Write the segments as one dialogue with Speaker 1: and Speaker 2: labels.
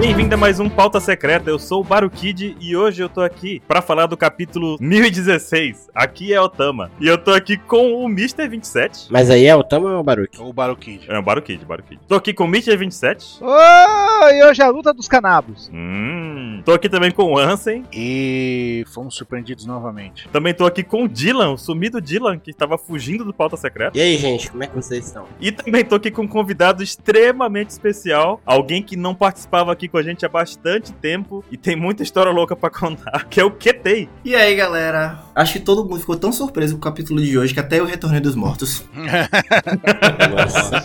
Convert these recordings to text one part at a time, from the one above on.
Speaker 1: Bem-vindo a mais um Pauta Secreta. Eu sou o Barukid e hoje eu tô aqui pra falar do capítulo 1016. Aqui é Otama. E eu tô aqui com o Mr. 27.
Speaker 2: Mas aí é o Tama ou o Baruque?
Speaker 3: Ou o Barukid.
Speaker 1: É, Barukid, Barukid. Tô aqui com o Mr. 27.
Speaker 4: Oh, e hoje é a luta dos canabos.
Speaker 1: Hum. Tô aqui também com o Ansem.
Speaker 3: E fomos surpreendidos novamente.
Speaker 1: Também tô aqui com o Dylan, o sumido Dylan, que tava fugindo do Pauta Secreta.
Speaker 2: E aí, gente, como é que vocês estão?
Speaker 1: E também tô aqui com um convidado extremamente especial, alguém que não participava aqui com a gente há bastante tempo e tem muita história louca pra contar, que é o Ketei.
Speaker 5: E aí, galera? Acho que todo mundo ficou tão surpreso com o capítulo de hoje que até eu retornei dos mortos.
Speaker 2: Nossa.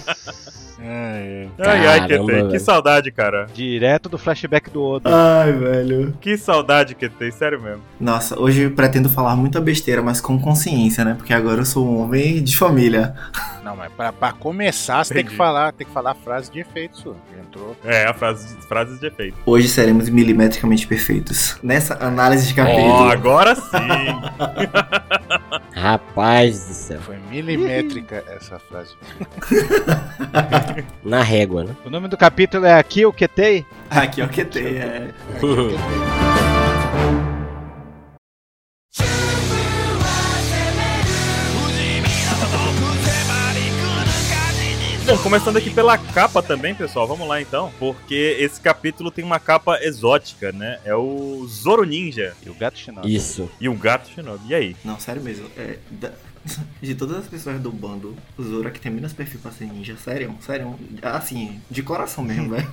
Speaker 3: É, é.
Speaker 1: Ai, ai,
Speaker 2: Caramba,
Speaker 1: Ketei, que
Speaker 2: velho.
Speaker 1: saudade, cara.
Speaker 4: Direto do flashback do Odo.
Speaker 5: Ai, velho.
Speaker 1: Que saudade, Ketei, sério mesmo.
Speaker 5: Nossa, hoje eu pretendo falar muita besteira, mas com consciência, né? Porque agora eu sou um homem de família.
Speaker 3: Não, mas pra, pra começar, você tem que
Speaker 1: Entendi.
Speaker 3: falar, tem que falar a frase de efeito sua. que Entrou.
Speaker 1: É, a frase, frases de efeito.
Speaker 5: Hoje seremos milimetricamente perfeitos. Nessa análise de
Speaker 1: Ó,
Speaker 5: capítulo.
Speaker 1: agora sim.
Speaker 2: Rapaz do céu.
Speaker 3: Foi milimétrica essa frase.
Speaker 2: Na régua, né?
Speaker 4: O nome do capítulo é Aqui o Ketei.
Speaker 5: Aqui é o que tem, é.
Speaker 1: Bom, começando aqui pela capa também, pessoal. Vamos lá então, porque esse capítulo tem uma capa exótica, né? É o Zoro Ninja
Speaker 4: E o gato Shinobi.
Speaker 2: Isso.
Speaker 1: e o gato Shinobi. E aí?
Speaker 5: Não, sério mesmo. É, da- De todas as pessoas do bando, o Zoro é que tem menos perfil pra ser ninja. Sério, sério. Assim, de coração mesmo, velho.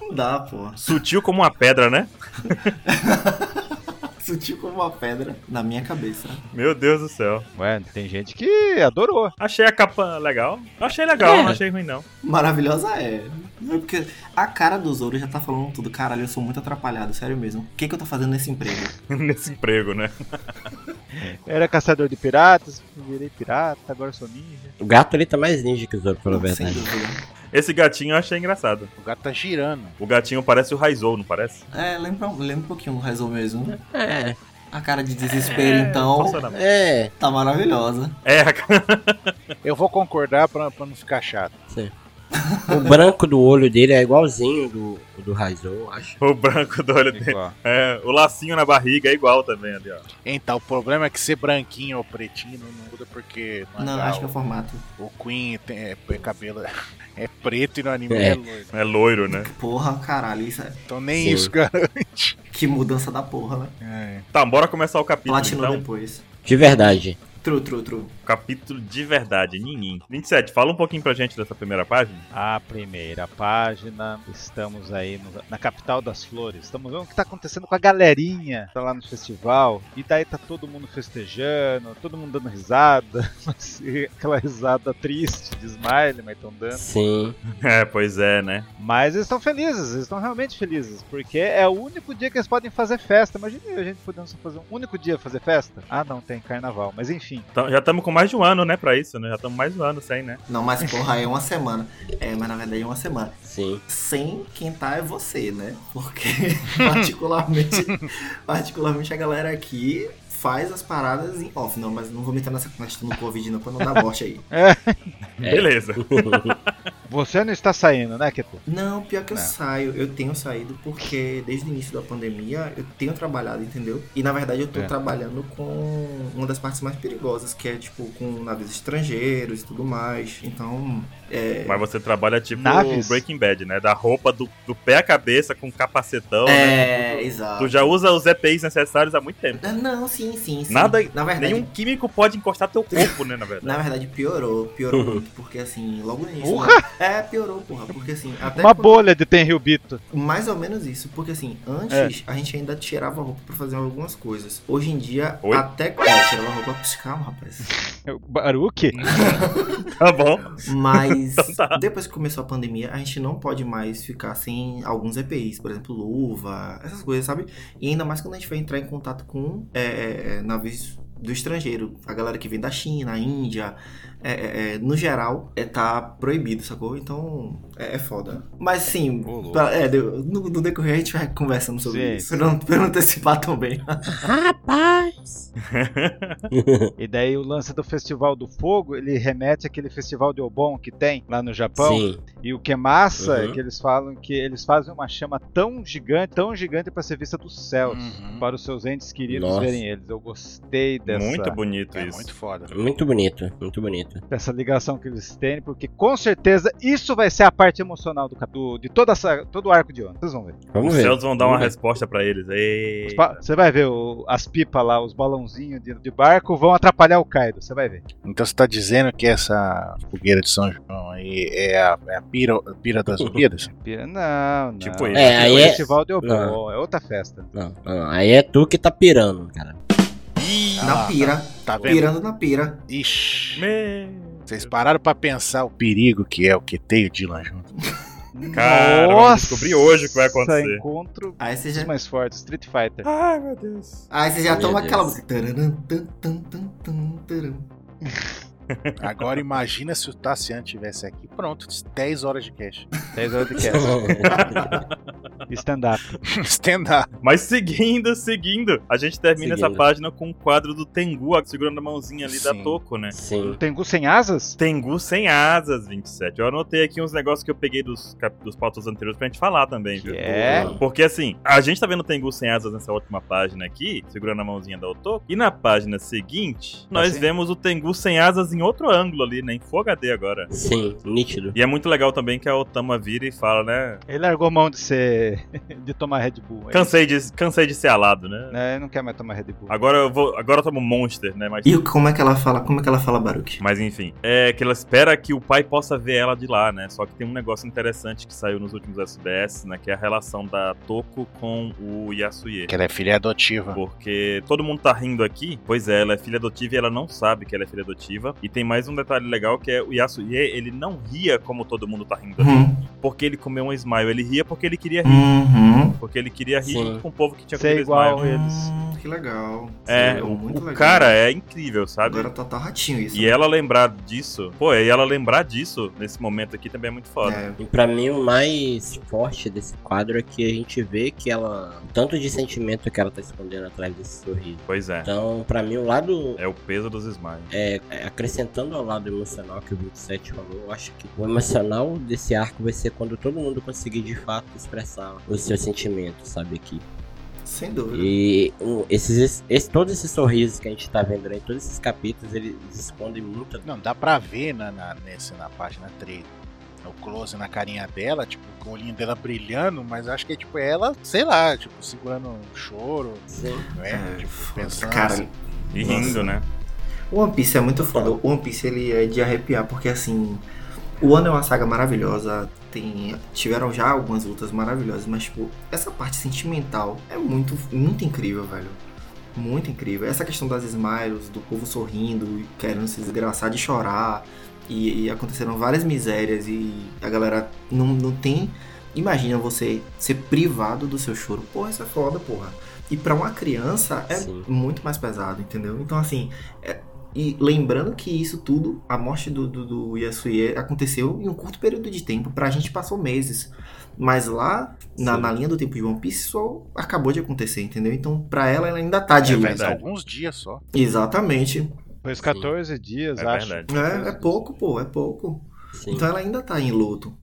Speaker 5: Não dá, pô.
Speaker 1: Sutil como uma pedra, né?
Speaker 5: Sutil como uma pedra na minha cabeça.
Speaker 1: Meu Deus do céu.
Speaker 4: Ué, tem gente que adorou.
Speaker 1: Achei a capa legal. Achei legal,
Speaker 2: É.
Speaker 1: não achei ruim não.
Speaker 5: Maravilhosa é. Não é Porque a cara do Zoro já tá falando tudo. Caralho, eu sou muito atrapalhado, sério mesmo. O que, que eu tô fazendo nesse emprego?
Speaker 1: Nesse emprego, né?
Speaker 4: Era caçador de piratas, virei pirata, agora sou ninja.
Speaker 2: O gato ali tá mais ninja que o Zoro, pela
Speaker 5: Não, sem
Speaker 2: verdade.
Speaker 5: dúvida.
Speaker 1: Esse gatinho eu achei engraçado.
Speaker 3: O gato tá girando.
Speaker 1: O gatinho parece o Raizou, não parece?
Speaker 5: É, lembra, lembra um pouquinho o Raizou mesmo.
Speaker 2: É,
Speaker 5: A cara de desespero, então,
Speaker 1: Nossa, não.
Speaker 2: é.
Speaker 5: tá maravilhosa.
Speaker 1: É, a cara-
Speaker 3: Eu vou concordar pra, pra não ficar chato.
Speaker 2: O branco do olho dele é igualzinho do, do Raizou, eu acho.
Speaker 1: o branco do olho dele.
Speaker 3: Igual.
Speaker 1: É, o lacinho na barriga é igual também ali, ó.
Speaker 3: Então, o problema é que ser branquinho ou pretinho não muda porque no
Speaker 5: Não,
Speaker 3: mangá
Speaker 5: acho que é o formato.
Speaker 3: o, o Queen tem, é, é cabelo é preto e no anime
Speaker 2: É.
Speaker 3: é loiro.
Speaker 1: É loiro, né?
Speaker 5: Porra, caralho, isso é...
Speaker 3: Então nem
Speaker 2: Sim.
Speaker 3: isso garante.
Speaker 5: Que mudança da porra, né?
Speaker 3: É.
Speaker 1: Tá, bora começar o capítulo
Speaker 5: Platinou
Speaker 1: então.
Speaker 5: depois.
Speaker 2: De verdade.
Speaker 5: Tru, tru, tru.
Speaker 1: Capítulo de verdade, Ninim. 27, fala um pouquinho pra gente dessa primeira página.
Speaker 4: A primeira página, estamos aí no- na capital das flores. Estamos vendo o que tá acontecendo com a galerinha. Tá lá no festival. E daí tá todo mundo festejando, todo mundo dando risada. Mas, e aquela risada triste de smile, mas estão
Speaker 2: Tá.
Speaker 4: dando.
Speaker 2: Sim.
Speaker 1: É, pois é, né?
Speaker 4: Mas eles estão felizes, eles estão realmente felizes, porque é o único dia que eles podem fazer festa. Imagina a gente podendo só fazer um único dia fazer festa. Ah, não, tem carnaval, mas enfim.
Speaker 1: Então, já estamos com mais de um ano, né, pra isso, né? Já estamos mais de um ano sem, né?
Speaker 5: Não, mas porra, é uma semana. É, mas na verdade é uma semana.
Speaker 2: Sim.
Speaker 5: sem quem tá é você, né? Porque particularmente, particularmente a galera aqui faz as paradas em off. Não, mas não vou meter nessa questão do Covid não, pra não dar morte aí.
Speaker 2: É.
Speaker 1: Beleza.
Speaker 4: Você não está saindo, né, Keto?
Speaker 5: Não, pior que eu
Speaker 4: Não.
Speaker 5: saio. Eu tenho saído porque desde o início da pandemia eu tenho trabalhado, entendeu? E na verdade eu tô
Speaker 4: É.
Speaker 5: trabalhando com uma das partes mais perigosas, que é tipo com navios estrangeiros e tudo mais. Então, é...
Speaker 1: Mas você trabalha tipo
Speaker 4: Naves?
Speaker 1: Breaking Bad, né? Da roupa do, do pé à cabeça com capacetão, né?
Speaker 5: É, exato.
Speaker 1: Tu já usa os EPIs necessários há muito tempo.
Speaker 5: Ah, Não, sim, sim, sim.
Speaker 1: Nada-
Speaker 5: na É verdade,
Speaker 1: Nenhum químico pode encostar teu corpo, né, na verdade.
Speaker 5: Na verdade, piorou, piorou muito, porque assim, logo nisso. É, piorou, porra, porque assim, até
Speaker 4: Uma
Speaker 5: quando-
Speaker 4: bolha de Tenryubito.
Speaker 5: mais ou menos isso, porque assim, antes a gente ainda tirava roupa pra fazer algumas coisas. Hoje em dia,
Speaker 1: Oi?
Speaker 5: até é, tirava roupa pra piscar, rapaz.
Speaker 4: Baruque?
Speaker 1: Tá bom.
Speaker 5: Mas
Speaker 1: Então tá.
Speaker 5: depois que começou a pandemia, a gente não pode mais ficar sem alguns EPIs, por exemplo, luva, essas coisas, sabe? E ainda mais quando a gente vai entrar em contato com é, é, é, navios do estrangeiro, a galera que vem da China, Índia, é, é, é, no geral, é, tá proibido, sacou? Então é, é foda. Mas sim,
Speaker 3: Ô, louco.
Speaker 5: pra- é, deu- no, no decorrer a gente vai conversando sobre
Speaker 4: Sim,
Speaker 3: Ah,
Speaker 5: isso, pra não, pra não antecipar também.
Speaker 2: Rapaz.
Speaker 4: E daí o lance do Festival do Fogo, ele remete àquele festival de Obon que tem lá no Japão.
Speaker 2: Sim.
Speaker 4: E o que é massa
Speaker 2: Uhum.
Speaker 4: é que eles falam que eles fazem uma chama tão gigante, tão gigante para ser vista dos céus,
Speaker 3: Uhum.
Speaker 4: para os seus entes queridos
Speaker 2: Nossa.
Speaker 4: verem eles. Eu gostei dessa,
Speaker 1: Muito bonito
Speaker 3: É
Speaker 1: isso.
Speaker 3: muito foda.
Speaker 2: Muito bonito, muito bonito.
Speaker 4: dessa ligação que eles têm, porque com certeza isso vai ser a parte emocional do, cap- do de toda essa, todo o arco de ano. Vocês vão ver.
Speaker 2: Vamos
Speaker 1: Os
Speaker 2: ver.
Speaker 1: céus vão dar uma
Speaker 2: Vamos ver.
Speaker 1: resposta pra eles. Ei.
Speaker 4: Os pa- Você vai ver o- as pipas lá, os balãozinhos de, de barco vão atrapalhar o Kaido. Você vai ver.
Speaker 3: Então você tá dizendo que essa fogueira de São João aí é a, é a pira, a pira das Olimpíadas?
Speaker 4: Pira- Não, não.
Speaker 1: Tipo isso.
Speaker 2: É, aí
Speaker 4: o
Speaker 2: é-
Speaker 4: festival de Obon,
Speaker 2: Não.
Speaker 4: é outra festa.
Speaker 2: Não, não, não, aí é tu que tá pirando, cara.
Speaker 5: na
Speaker 3: Ah,
Speaker 5: pira.
Speaker 3: Tá vendo?
Speaker 5: Pirando na pira.
Speaker 3: Ixi.
Speaker 1: Me-
Speaker 3: Vocês pararam pra pensar o perigo que é o queteio de lanjão?
Speaker 1: Cara, vamos descobrir hoje o que vai acontecer.
Speaker 4: encontro é.
Speaker 5: Aí você
Speaker 4: dos
Speaker 5: já.
Speaker 4: mais fortes, Street Fighter.
Speaker 1: Ai, meu Deus.
Speaker 5: Aí você já
Speaker 2: Meu
Speaker 5: toma aquela
Speaker 2: Deus.
Speaker 5: música. Tararam, tan, tan, tan, tan, taram.
Speaker 3: Agora imagina se o Tassian tivesse aqui. Pronto, 10 horas de cash.
Speaker 4: 10 horas de cast. Stand-up.
Speaker 3: Stand-up.
Speaker 1: Mas seguindo, seguindo, a gente termina essa
Speaker 2: Seguindo.
Speaker 1: página com um quadro do Tengu segurando a mãozinha ali da
Speaker 3: Sim.
Speaker 1: Toco, né?
Speaker 2: Sim.
Speaker 4: Tengu sem asas?
Speaker 1: Tengu sem asas, 27. Eu anotei aqui uns negócios que eu peguei dos, cap- dos pautas anteriores pra gente falar também, viu?
Speaker 4: É.
Speaker 1: Porque assim, a gente tá vendo o Tengu sem asas nessa última página aqui, segurando a mãozinha da Otoko. E na página seguinte, nós
Speaker 4: sim.
Speaker 1: vemos o Tengu sem asas em outro ângulo ali, né? Em Full HD agora.
Speaker 2: Sim, nítido.
Speaker 1: E é muito legal também que a Otama vira e fala, né?
Speaker 4: Ele largou mão de ser. de tomar Red Bull.
Speaker 1: Cansei de, cansei de ser alado, né?
Speaker 4: Ele, né, ele não quer mais tomar Red Bull.
Speaker 1: Agora eu vou. Agora eu tomo Monster, né? Mas,
Speaker 5: E o- como é que ela fala? Como é que ela fala, Baruch?
Speaker 1: mas enfim. É que ela espera que o pai possa ver ela de lá, né? Só que tem um negócio interessante que saiu nos últimos SBS, né? Que é a relação da Toko com o Yasuye.
Speaker 3: Que ela é filha adotiva.
Speaker 1: Porque todo mundo tá rindo aqui. Pois é, ela é filha adotiva e ela não sabe que ela é filha adotiva. E tem mais um detalhe legal que é o Yasuye, ele não ria como todo mundo tá rindo.
Speaker 5: Uhum.
Speaker 1: Porque ele comeu um smile. Ele ria porque ele queria rir.
Speaker 5: Uhum.
Speaker 1: Porque ele queria rir
Speaker 2: Sim.
Speaker 1: junto com o povo que tinha
Speaker 4: Ser
Speaker 1: comido
Speaker 4: igual
Speaker 1: smile.
Speaker 4: eles.
Speaker 5: Hum, que legal.
Speaker 1: É,
Speaker 5: Sim,
Speaker 1: o,
Speaker 5: muito
Speaker 1: o
Speaker 5: legal.
Speaker 1: cara é incrível, sabe?
Speaker 5: Agora tá, tá ratinho isso.
Speaker 1: E é ela lembrar disso, pô, e ela lembrar disso nesse momento aqui também é muito foda.
Speaker 5: É,
Speaker 2: E pra mim o mais forte desse quadro é que a gente vê que ela. o Tanto de sentimento que ela tá escondendo atrás desse sorriso.
Speaker 1: Pois é.
Speaker 2: Então, pra mim, o lado.
Speaker 1: É o peso dos smiles.
Speaker 2: é, é, acrescentando ao lado emocional que o 27 falou, eu acho que o emocional desse arco vai ser quando todo mundo conseguir de fato expressar os seus sentimentos, sabe? Aqui.
Speaker 5: sem dúvida.
Speaker 2: E um, esses, esse, todos esses sorrisos que a gente tá vendo durante todos esses capítulos, eles escondem muito.
Speaker 3: Não, dá pra ver na, na, nesse, na página 3. O close na carinha dela, tipo, com o olhinho dela brilhando, mas acho que é tipo ela, sei lá, tipo, segurando um choro,
Speaker 2: Sim.
Speaker 3: né?
Speaker 5: É,
Speaker 3: Tipo,
Speaker 5: foda.
Speaker 3: pensando.
Speaker 5: cara,
Speaker 3: assim.
Speaker 1: E
Speaker 5: Nossa.
Speaker 1: rindo, né?
Speaker 5: O One Piece é muito foda. O One Piece ele é de arrepiar, porque assim. O ano é uma saga maravilhosa. Tem, tiveram já algumas lutas maravilhosas, mas tipo, essa parte sentimental é muito, muito incrível, velho. Muito incrível. Essa questão das smiles, do povo sorrindo, e querendo se desgraçar de chorar. E, e aconteceram várias misérias e a galera não, não tem. Imagina você ser privado do seu choro. Porra, isso é foda, porra. E pra uma criança é
Speaker 2: Sim.
Speaker 5: muito mais pesado, entendeu? Então, assim, e lembrando que isso tudo, a morte do, do, do Yasuye aconteceu em um curto período de tempo. Pra gente passou meses. Mas lá, na,
Speaker 2: Sim.
Speaker 5: na linha do tempo de One Piece, só acabou de acontecer, entendeu? Então, pra ela, ela ainda tá de
Speaker 3: É,
Speaker 5: luz.
Speaker 3: faz
Speaker 1: verdade.
Speaker 3: alguns dias só.
Speaker 5: Exatamente.
Speaker 4: Foi 14 dias,
Speaker 1: É
Speaker 4: acho.
Speaker 1: verdade.
Speaker 5: É, é pouco, pô, é pouco.
Speaker 2: Sim.
Speaker 5: Então ela ainda tá em luto.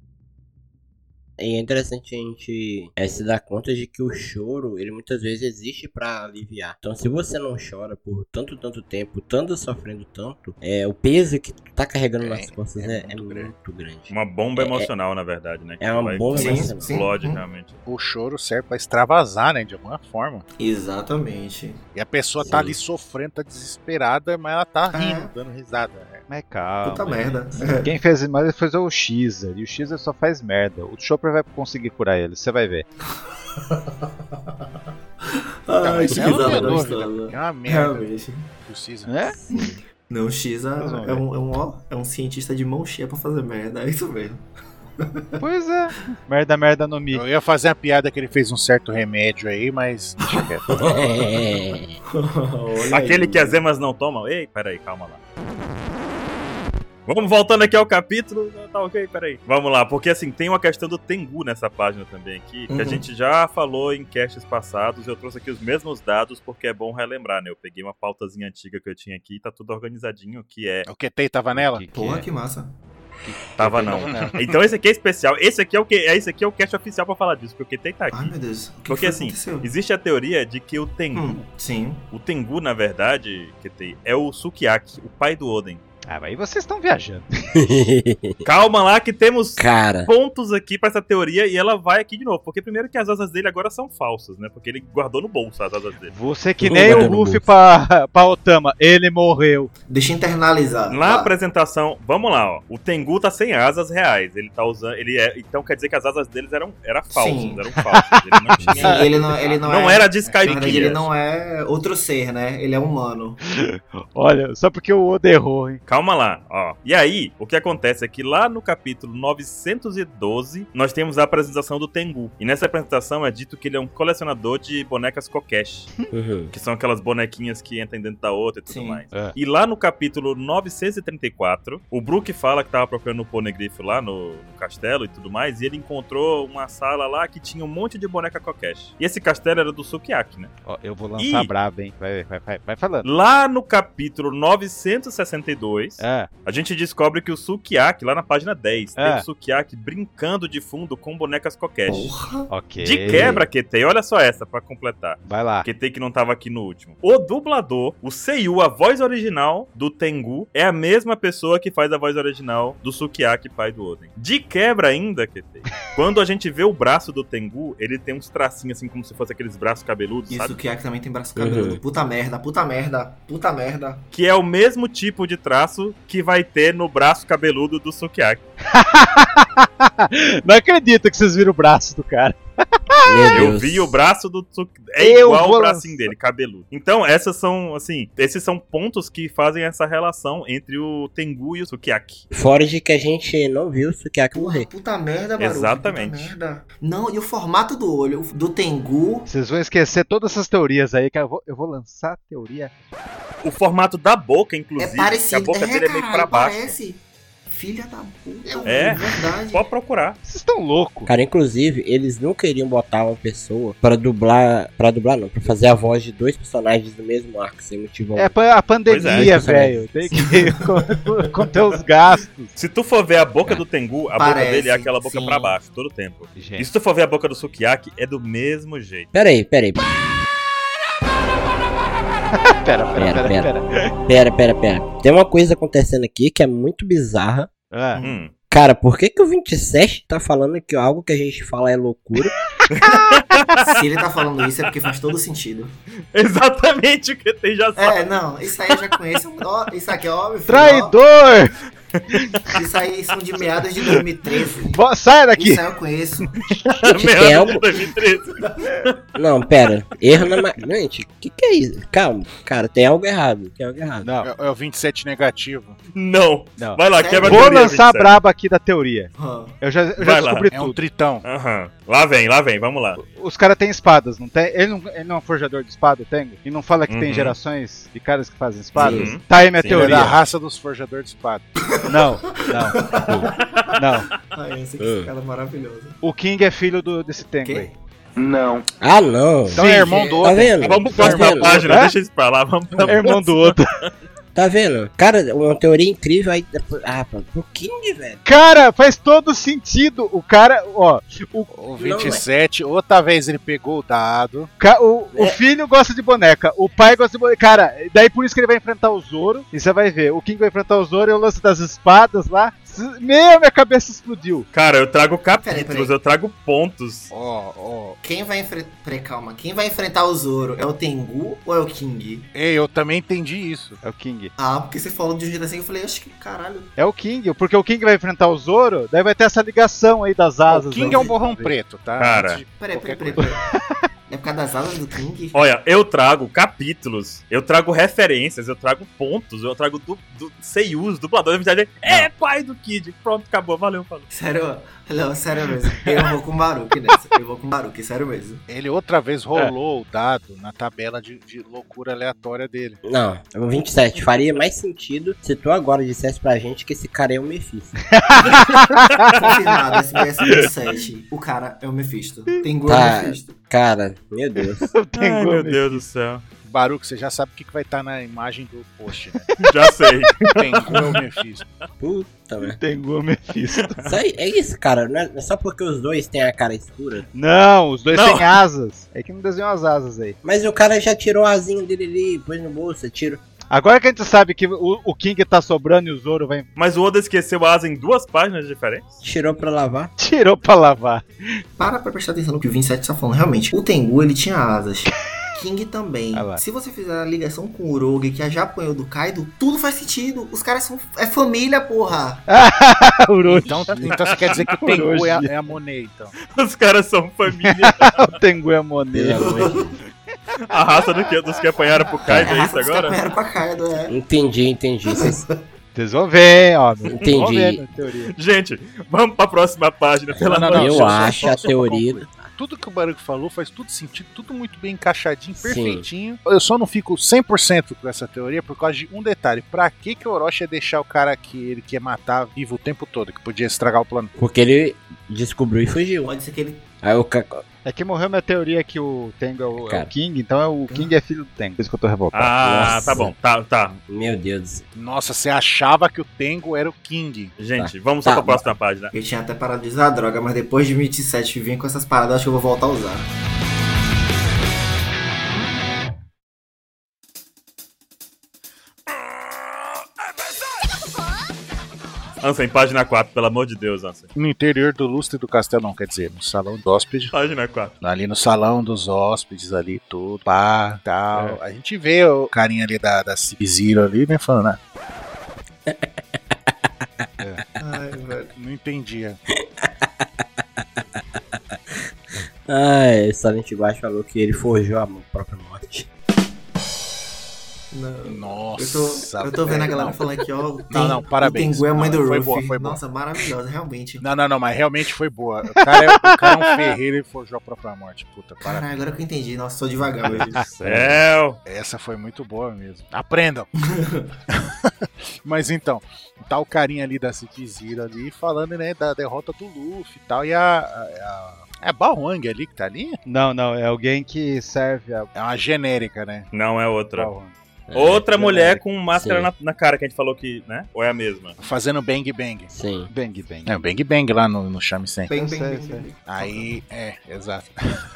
Speaker 2: E é interessante a gente é, se dar conta de que o choro, ele muitas vezes existe pra aliviar. Então, se você não chora por tanto, tanto tempo, tanto sofrendo tanto, é o peso que tu tá carregando
Speaker 3: É,
Speaker 2: nas costas é,
Speaker 3: é
Speaker 2: é
Speaker 3: muito grande.
Speaker 2: muito grande.
Speaker 1: Uma bomba
Speaker 2: É-
Speaker 1: emocional, na verdade, né? Que
Speaker 2: é uma
Speaker 1: vai-
Speaker 2: bomba
Speaker 1: que
Speaker 2: emocional.
Speaker 1: Explode,
Speaker 5: Sim. Uhum.
Speaker 1: realmente.
Speaker 3: O choro serve pra extravasar, né? De alguma forma.
Speaker 5: Exatamente.
Speaker 3: E a pessoa tá
Speaker 2: Sim.
Speaker 3: ali sofrendo, tá desesperada, mas ela tá
Speaker 5: É.
Speaker 3: rindo, dando risada. né?
Speaker 4: Mas calma.
Speaker 5: Puta merda.
Speaker 4: Quem fez mais foi o Xer e o Xer só faz merda. O Chopper vai conseguir curar ele, você vai ver.
Speaker 3: Tá,
Speaker 5: Ai,
Speaker 3: mas
Speaker 5: Ah, que
Speaker 3: ela não
Speaker 5: bizarro,
Speaker 3: tem
Speaker 5: não
Speaker 3: dúvida,
Speaker 5: estava.
Speaker 3: É uma merda.
Speaker 5: Realmente.
Speaker 3: Precisa.
Speaker 4: Né?
Speaker 5: Não, o X é,
Speaker 4: Mas vamos
Speaker 5: é um, é, um, ó- é um cientista de mão cheia pra fazer merda. É isso mesmo.
Speaker 4: Pois é. Merda, merda no Mi.
Speaker 3: Eu ia fazer a piada que ele fez um certo remédio aí, mas. deixa quieto.
Speaker 5: Olha
Speaker 1: Aquele
Speaker 5: aí.
Speaker 1: que as emas não tomam. Ei, peraí, calma lá. Vamos voltando aqui ao capítulo. Não, Tá ok, peraí. Vamos lá, porque assim, tem uma questão do Tengu nessa página também aqui, que a
Speaker 5: Uhum.
Speaker 1: gente já falou em casts passados. Eu trouxe aqui os mesmos dados, porque é bom relembrar, né? Eu peguei uma pautazinha antiga que eu tinha aqui, tá tudo organizadinho, que é.
Speaker 3: O QT tava nela?
Speaker 4: Que que
Speaker 5: Porra,
Speaker 4: é?
Speaker 5: que massa.
Speaker 1: Tava não. Então esse aqui é especial. Esse aqui é o que? Esse aqui é o cast oficial pra falar disso, porque o QT tá
Speaker 5: Ai,
Speaker 1: aqui.
Speaker 5: meu Deus. O que
Speaker 1: Porque
Speaker 5: foi que
Speaker 1: assim,
Speaker 5: aconteceu?
Speaker 1: Existe a teoria de que o Tengu,
Speaker 5: Hum, sim.
Speaker 1: o Tengu, na verdade, QT, é o Sukiyaki, o pai do Oden.
Speaker 4: Ah, mas aí vocês estão viajando.
Speaker 1: Calma lá que temos
Speaker 2: Cara,
Speaker 1: pontos aqui pra essa teoria e ela vai aqui de novo. Porque primeiro que as asas dele agora são falsas, né? Porque ele guardou no bolso as asas dele.
Speaker 4: Você que
Speaker 2: Tudo
Speaker 4: nem
Speaker 2: vai
Speaker 4: o
Speaker 2: ter no
Speaker 4: Luffy
Speaker 2: bolso.
Speaker 4: pra, pra Otama. Ele morreu.
Speaker 5: Deixa eu internalizar.
Speaker 1: Na
Speaker 5: Tá.
Speaker 1: apresentação, vamos lá, ó. O Tengu tá sem asas reais. Ele tá usando. Ele é, então quer dizer que as asas deles eram era falsas,
Speaker 5: Sim.
Speaker 1: eram falsas. Ele não tinha.
Speaker 5: Sim, ele não, ele não,
Speaker 1: Não
Speaker 5: é,
Speaker 1: era de
Speaker 5: Na verdade, ele
Speaker 1: Skype.
Speaker 5: não é outro ser, né? Ele é humano.
Speaker 4: Olha, só porque o Oda errou, hein?
Speaker 1: Calma lá, ó. E aí, o que acontece é que lá no capítulo 912, nós temos a apresentação do Tengu. E nessa apresentação é dito que ele é um colecionador de bonecas Kokesh,
Speaker 2: uhum.
Speaker 1: que são aquelas bonequinhas que entram dentro da outra e tudo
Speaker 5: Sim.
Speaker 1: mais.
Speaker 4: É.
Speaker 1: E lá no capítulo 934, o Brook fala que tava procurando o Ponegrifo lá no, no castelo e tudo mais, e ele encontrou uma sala lá que tinha um monte de boneca Kokesh. E esse castelo era do Sukiyaki, né?
Speaker 4: Ó, eu vou lançar
Speaker 1: Ih.
Speaker 4: braba, hein? Vai, vai, vai, vai falando.
Speaker 1: Lá no capítulo 962,
Speaker 4: É.
Speaker 1: a gente descobre que o Sukiyaki, lá na página 10, tem
Speaker 4: É.
Speaker 1: o Sukiyaki brincando de fundo com bonecas Kokesh.
Speaker 5: Porra.
Speaker 4: Ok.
Speaker 1: De quebra, QT, olha só essa pra completar.
Speaker 4: Vai lá.
Speaker 1: QT que não tava aqui no último. O dublador, o Seiyu, a voz original do Tengu, é a mesma pessoa que faz a voz original do Sukiyaki, pai do Oden. De quebra ainda, QT, quando a gente vê o braço do Tengu, ele tem uns tracinhos assim, como se fosse aqueles braços cabeludos,
Speaker 5: Isso
Speaker 1: sabe?
Speaker 5: que é que também tem braço
Speaker 2: Uhum.
Speaker 5: cabeludo. Puta merda, puta merda, puta merda.
Speaker 1: Que é o mesmo tipo de traço que vai ter no braço cabeludo do Sukiyaki.
Speaker 4: Não acredito que vocês viram o braço do cara.
Speaker 2: Meu
Speaker 1: Eu
Speaker 2: Deus.
Speaker 1: vi o braço do Sukiyaki. É
Speaker 4: Eu
Speaker 1: igual
Speaker 4: vou
Speaker 1: o bracinho
Speaker 4: lançar.
Speaker 1: dele, cabeludo. Então, essas são, assim, esses são pontos que fazem essa relação entre o Tengu e o Sukiyaki.
Speaker 2: Fora de que a gente não viu o Sukiyaki
Speaker 5: Porra,
Speaker 2: morrer.
Speaker 5: puta merda, Baruch.
Speaker 1: Exatamente.
Speaker 5: Puta merda. Não, e o formato do olho do Tengu.
Speaker 4: Vocês vão esquecer todas essas teorias aí, que eu vou, eu vou lançar a teoria.
Speaker 1: O formato da boca, inclusive,
Speaker 5: é
Speaker 1: que a
Speaker 5: parecido.
Speaker 1: boca
Speaker 5: é,
Speaker 1: dele é meio
Speaker 5: caralho,
Speaker 1: pra baixo.
Speaker 5: Parece. Filha da puta.
Speaker 1: É.
Speaker 5: Verdade.
Speaker 1: Pode procurar.
Speaker 4: Vocês estão loucos.
Speaker 2: Cara, inclusive, eles não queriam botar uma pessoa pra dublar. Pra dublar, não, pra fazer a voz de dois personagens do mesmo arco, sem motivo
Speaker 4: É
Speaker 2: algum.
Speaker 4: pa- a pandemia,
Speaker 2: Pois é.
Speaker 4: velho. Tem que con- conter os gastos.
Speaker 1: Se tu for ver a boca do Tengu, a boca
Speaker 5: Parece,
Speaker 1: dele é aquela boca
Speaker 5: sim.
Speaker 1: pra baixo, todo tempo. E
Speaker 4: Gente,
Speaker 1: se tu for ver a boca do Sukiyaki, é do mesmo jeito.
Speaker 2: Pera aí, pera aí.
Speaker 4: pera,
Speaker 2: Pera,
Speaker 4: pera, pera, pera.
Speaker 2: Pera, pera, pera. Tem uma coisa acontecendo aqui que é muito bizarra.
Speaker 5: É.
Speaker 4: Ah,
Speaker 1: Hum.
Speaker 2: Cara, por que, que o 27 tá falando que algo que a gente fala é loucura?
Speaker 5: Se ele tá falando isso é porque faz todo sentido.
Speaker 1: Exatamente o que tem já sabe.
Speaker 5: É, não, isso aí eu já conheço. Ó, isso aqui, ó, meu filho, ó.
Speaker 4: Traidor!
Speaker 5: Isso aí são de meados de 2013.
Speaker 4: Vo- Sai daqui!
Speaker 5: Isso aí eu conheço.
Speaker 2: Gente,
Speaker 4: É
Speaker 2: tem
Speaker 1: Meados né? de
Speaker 2: algo...
Speaker 1: 2013.
Speaker 2: Não, pera. Erro na. ma- Gente, o que, que é isso? Calma, cara, tem algo errado. Tem algo errado.
Speaker 4: Não,
Speaker 3: É, é o 27 negativo.
Speaker 1: Não.
Speaker 4: Não.
Speaker 1: Vai lá, quebra a
Speaker 4: vou
Speaker 1: teoria,
Speaker 4: lançar
Speaker 1: 27.
Speaker 4: a braba aqui da teoria.
Speaker 5: Hã.
Speaker 4: Eu já, eu já
Speaker 1: Vai lá.
Speaker 4: descobri
Speaker 3: É um
Speaker 4: tudo.
Speaker 3: tritão.
Speaker 1: Aham. Lá vem, lá vem, vamos lá.
Speaker 4: Os caras têm espadas, não tem? Ele não, ele não é um forjador de espada, o Tengo? E não fala que tem
Speaker 1: Uhum.
Speaker 4: gerações de caras que fazem espadas?
Speaker 1: Uhum.
Speaker 4: Tá aí minha
Speaker 1: Sim.
Speaker 3: Ele é da
Speaker 4: teoria.
Speaker 3: raça dos forjadores de espada.
Speaker 4: Não, não, não.
Speaker 5: Ai, esse aqui, esse cara é maravilhoso.
Speaker 4: O King é filho do, desse Tengo aí.
Speaker 5: Quê?
Speaker 2: Ah, não.
Speaker 4: Então
Speaker 3: Sim,
Speaker 4: é irmão do
Speaker 2: Tá
Speaker 4: outro.
Speaker 2: vendo?
Speaker 1: Vamos
Speaker 2: tá
Speaker 1: pra próxima
Speaker 2: vendo?
Speaker 1: página,
Speaker 4: É?
Speaker 1: deixa isso pra lá. Vamos pra
Speaker 4: É irmão do outro.
Speaker 2: Tá vendo? Cara, uma teoria incrível aí. depois- Ah, pô, pro King, velho.
Speaker 4: Cara, faz todo sentido. O cara, ó,
Speaker 3: O 27, outra vez ele pegou o dado.
Speaker 4: Ca- O, o
Speaker 3: É.
Speaker 4: filho gosta de boneca, o pai gosta de boneca. Cara, daí por isso que ele vai enfrentar o Zoro. E você vai ver, o King vai enfrentar o Zoro e o lance das espadas lá. S- Meu, minha cabeça explodiu.
Speaker 1: Cara, eu trago
Speaker 5: Peraí,
Speaker 1: capítulos,
Speaker 5: peraí.
Speaker 1: eu trago pontos.
Speaker 3: Ó, ó.
Speaker 5: Quem vai enfrentar. Peraí, calma. Quem vai enfrentar o Zoro? É o Tengu ou é o King?
Speaker 3: Ei, eu também entendi isso.
Speaker 4: É o King.
Speaker 5: Ah, porque você falou de um jeito assim eu falei, acho que caralho.
Speaker 4: É o King, porque o King vai enfrentar o Zoro, daí vai ter essa ligação aí das asas.
Speaker 3: o King
Speaker 4: aí.
Speaker 3: é um borrão preto, tá?
Speaker 1: Cara.
Speaker 3: Antes de
Speaker 5: Peraí, peraí,
Speaker 3: qualquer
Speaker 5: peraí.
Speaker 3: coisa.
Speaker 5: peraí. É por causa das asas do King.
Speaker 1: Olha, eu trago capítulos, eu trago referências, eu trago pontos, eu trago do, do Seiyus, dublador. Na verdade, é pai do Kid. Pronto, acabou, valeu, falou.
Speaker 5: Sério, não, sério mesmo. Eu vou com o Baruque nessa. Eu vou com o Baruque, sério mesmo.
Speaker 3: Ele outra vez rolou o dado na tabela de, de loucura aleatória dele.
Speaker 2: Não, é um o 27. Faria mais sentido se tu agora dissesse pra gente que esse cara é o Mephisto.
Speaker 5: Confirmado, SBS 27. O cara é o Mephisto. Tem gol
Speaker 2: Tá.
Speaker 5: no Mephisto.
Speaker 2: Cara, meu Deus.
Speaker 1: Ai,
Speaker 4: Tengu,
Speaker 1: meu Deus do céu.
Speaker 3: Baruco, você já sabe o que, que vai estar na imagem do post, né?
Speaker 1: Já sei.
Speaker 3: Tengu é o Mephisto.
Speaker 2: Puta merda.
Speaker 4: Tengu Mephisto.
Speaker 2: Tá Isso aí- é isso, cara. Não é não é só porque os dois têm a cara escura.
Speaker 4: Não, os dois
Speaker 1: Não.
Speaker 4: têm asas. É que não desenhou as asas aí.
Speaker 2: Mas o cara já tirou a asinha dele ali, pôs no bolso, tiro.
Speaker 4: Agora que a gente sabe que o, o King tá sobrando e o Zoro vai.
Speaker 1: Mas o Oda esqueceu a asa em duas páginas diferentes?
Speaker 2: Tirou pra lavar.
Speaker 4: Tirou pra lavar.
Speaker 5: Para pra prestar atenção no que o 27 tá falando. Realmente, o Tengu, ele tinha asas. King também.
Speaker 4: Ah lá.
Speaker 5: Se você fizer a ligação com o Uroge, que é já apanhou do Kaido, tudo faz sentido. Os caras são. É família, porra!
Speaker 4: o Orochi.
Speaker 3: Então, então você quer dizer que o Tengu é a, é a Monet, então.
Speaker 1: Os caras são família.
Speaker 4: o Tengu é a Monet.
Speaker 2: Pelo amor de Deus.
Speaker 1: A raça do que, dos que apanharam pro Kaido, é isso
Speaker 5: Os caras
Speaker 1: agora?
Speaker 5: apanharam pra Kaido, é.
Speaker 2: Entendi, entendi. Vocês-
Speaker 4: Vocês vão ver, ó. Vocês Vão
Speaker 2: Entendi.
Speaker 4: ver, na teoria.
Speaker 1: Gente, vamos pra próxima página, pelo
Speaker 3: Não,
Speaker 1: amor
Speaker 3: não, não,
Speaker 2: eu
Speaker 3: só- só-
Speaker 2: acho
Speaker 3: só-
Speaker 2: a
Speaker 3: só pra
Speaker 2: teoria.
Speaker 3: Tudo que o Baruco falou faz tudo sentido, tudo muito bem encaixadinho,
Speaker 2: Sim.
Speaker 3: perfeitinho. Eu só não fico 100% com essa teoria por causa de um detalhe. Pra que que o Orochi ia deixar o cara que ele quer matar vivo o tempo todo, que podia estragar o plano?
Speaker 2: Porque ele descobriu e fugiu.
Speaker 5: Pode ser que ele.
Speaker 2: Aí o ca-
Speaker 4: É que morreu minha teoria que o Tengu é o, é o
Speaker 2: Cara.
Speaker 4: King, então é o King é filho do Tengu. Por isso que eu tô revoltado.
Speaker 1: Ah, tá
Speaker 2: Nossa.
Speaker 1: bom, tá, tá.
Speaker 2: Meu Deus.
Speaker 3: Nossa, você achava que o Tengo era o King.
Speaker 1: Gente, vamos só
Speaker 2: Tá.
Speaker 1: pra próxima página.
Speaker 5: Eu tinha até parado de usar a droga, mas depois de 27 vir com essas paradas, eu acho que eu vou voltar a usar.
Speaker 1: Ansem, página 4, pelo amor de Deus, Ansem.
Speaker 3: No interior do lustre do castelo, não, quer dizer, no salão do hóspede.
Speaker 1: Página 4.
Speaker 3: Ali no salão dos hóspedes, ali tudo, pá, tal. A gente vê o carinha ali da, da Sub Zero ali, né, falando, ah,
Speaker 5: Ai, velho.
Speaker 3: não entendia.
Speaker 2: Ah, o Silent Guard falou que ele forjou a própria morte.
Speaker 5: Não. Eu
Speaker 3: Nossa.
Speaker 5: tô, eu tô vendo a
Speaker 3: velho,
Speaker 5: galera
Speaker 3: não.
Speaker 5: falando aqui, ó.
Speaker 3: Não, não, parabéns.
Speaker 5: O Tengu é a mãe do
Speaker 3: Não, foi
Speaker 5: Ruffy.
Speaker 3: boa, foi boa.
Speaker 5: Nossa, maravilhosa, realmente.
Speaker 3: Não, não, não, mas realmente foi boa. O cara é, o cara é um ferreiro e forjou a própria morte. Puta, parabéns.
Speaker 5: Caralho, agora que eu entendi. Nossa, tô devagar hoje.
Speaker 1: Céu!
Speaker 3: Essa foi muito boa mesmo. Aprendam! Mas então, tá o carinha ali da City Zero ali falando, né, da derrota do Luffy e tal. E a. a, a é a Balrang ali que tá ali?
Speaker 4: Não, não, é alguém que serve a.
Speaker 3: É uma genérica, né?
Speaker 1: Não é outra.
Speaker 4: Balrog.
Speaker 1: Outra
Speaker 4: é
Speaker 1: mulher
Speaker 4: verdade.
Speaker 1: com um máscara
Speaker 2: Sim.
Speaker 1: na, na cara que a gente falou que, né? Ou é a mesma?
Speaker 3: Fazendo bang bang.
Speaker 2: Sim.
Speaker 4: Bang Bang.
Speaker 3: É, o bang bang lá no, no Shamisen.
Speaker 5: Bem,
Speaker 4: sei,
Speaker 5: bem, bem,
Speaker 4: sei.
Speaker 5: bem.
Speaker 3: Aí, é, exato.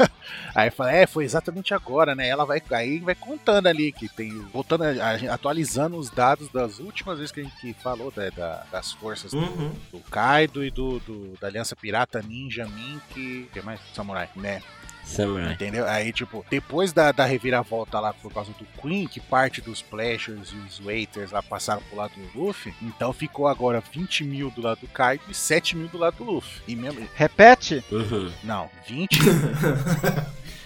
Speaker 3: aí fala, é, foi exatamente agora, né? Ela vai, aí vai contando ali que tem, voltando, a- a- atualizando os dados das últimas vezes que a gente falou né, da- das forças
Speaker 5: Uhum.
Speaker 3: do Kaido e do, do- da Aliança Pirata Ninja Mink, que mais Samurai, né?
Speaker 2: Samurai.
Speaker 3: Entendeu? Aí, tipo, depois da, da reviravolta lá por causa do Queen, que parte dos Plashers e os Waiters lá passaram pro lado do Luffy, então ficou agora 20 mil do lado do Kaido e 7 mil do lado do Luffy. E mesmo,
Speaker 4: Repete!
Speaker 2: Uhum.
Speaker 3: não, 20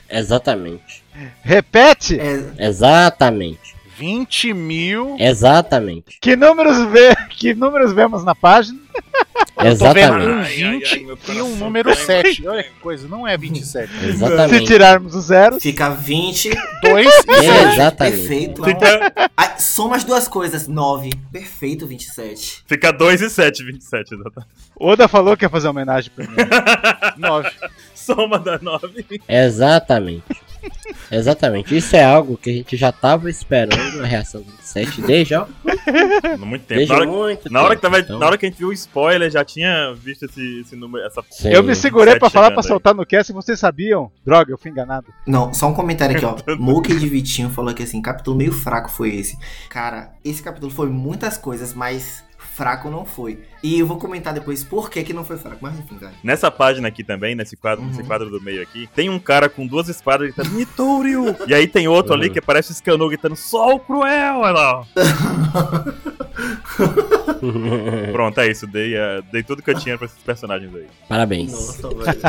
Speaker 2: Exatamente.
Speaker 4: Repete!
Speaker 5: É,
Speaker 2: Exatamente.
Speaker 3: 20 mil.
Speaker 2: Exatamente.
Speaker 4: Que números, vê... que números vemos na página?
Speaker 2: Exatamente.
Speaker 3: um
Speaker 1: Ai, ai, ai,
Speaker 3: 20
Speaker 1: meu
Speaker 3: e
Speaker 1: coração
Speaker 3: um número
Speaker 1: tá em-
Speaker 3: 7. Olha que coisa, não é 27.
Speaker 4: Se
Speaker 2: Exatamente.
Speaker 4: tirarmos os zeros,
Speaker 5: fica 20.
Speaker 3: 2 e
Speaker 2: É,
Speaker 3: 7.
Speaker 2: exatamente.
Speaker 5: Perfeito.
Speaker 1: Fica,
Speaker 5: Ai, soma as duas coisas. 9. Perfeito, 27.
Speaker 1: fica 2 e 7, 27, exatamente.
Speaker 4: Oda falou que ia fazer homenagem pra mim.
Speaker 3: 9.
Speaker 1: Soma da 9.
Speaker 2: Exatamente. Exatamente. Isso é algo que a gente já tava esperando a reação do 27 desde, ó.
Speaker 1: Muito tempo.
Speaker 2: Desde
Speaker 1: Na hora,
Speaker 2: muito
Speaker 1: na hora que
Speaker 2: tempo,
Speaker 1: tava,
Speaker 2: então.
Speaker 1: na hora que a gente viu o spoiler, já tinha visto esse, esse número, essa
Speaker 2: Sim.
Speaker 4: Eu me segurei pra falar
Speaker 1: Sete
Speaker 4: pra
Speaker 1: chegando
Speaker 4: soltar no cast e vocês sabiam. Droga, eu fui enganado.
Speaker 5: Não, só um comentário aqui, ó. Moki de Vitinho falou que assim, capítulo meio fraco foi esse. Cara, esse capítulo foi muitas coisas, mas fraco não foi. E eu vou comentar depois por que, que não foi fraco. Mas enfim, cara.
Speaker 1: Nessa página aqui também, nesse quadro,
Speaker 5: Uhum.
Speaker 1: nesse quadro do meio aqui, tem um cara com duas espadas gritando Mitoriu! e aí tem outro ali
Speaker 2: Uhum.
Speaker 1: que parece o Scanu gritando Sol Cruel! Olha lá, ó. Pronto, é isso. Dei, eh, dei tudo que eu tinha pra esses personagens aí.
Speaker 2: Parabéns.
Speaker 5: Nossa, velho.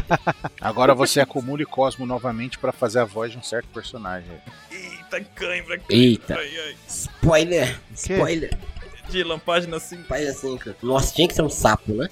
Speaker 3: Agora você acumula e Cosmo novamente pra fazer a voz de um certo personagem.
Speaker 1: Eita, cãibra, cãibra.
Speaker 2: Eita.
Speaker 1: Ai, ai.
Speaker 2: Spoiler!
Speaker 4: Que?
Speaker 2: Spoiler!
Speaker 1: Dylan, página 5.
Speaker 2: Página 5. Nossa, tinha que ser um sapo, né?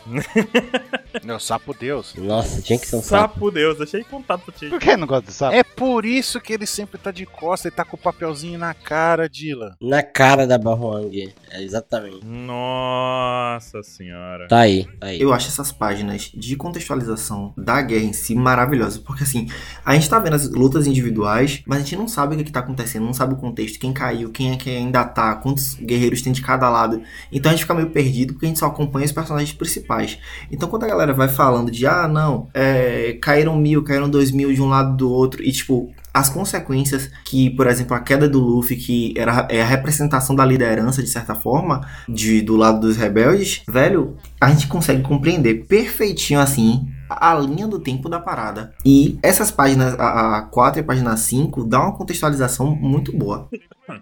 Speaker 3: Meu sapo Deus.
Speaker 2: Nossa, tinha que ser um sapo.
Speaker 1: Sapo Deus, deixei contato pra ti.
Speaker 4: Por que não gosta do sapo?
Speaker 3: É por isso que ele sempre tá de costa e tá com o papelzinho na cara, Dylan.
Speaker 2: Na cara da Bahuang. É, exatamente.
Speaker 1: Nossa senhora.
Speaker 2: Tá aí, tá aí.
Speaker 5: Eu acho essas páginas de contextualização da guerra em si maravilhosas, porque assim, a gente tá vendo as lutas individuais, mas a gente não sabe o que, que tá acontecendo, não sabe o contexto, quem caiu, quem é que ainda tá, quantos guerreiros tem de cada lado. Então a gente fica meio perdido porque a gente só acompanha os personagens principais. Então quando a galera vai falando de ah, não, é, caíram mil, caíram dois mil de um lado do outro, e tipo. As consequências que, por exemplo, a queda do Luffy, que era, é a representação da liderança, de certa forma, de, do lado dos rebeldes, velho, a gente consegue compreender perfeitinho assim a linha do tempo da parada. E essas páginas, a, a 4 e a página 5, dá uma contextualização muito boa.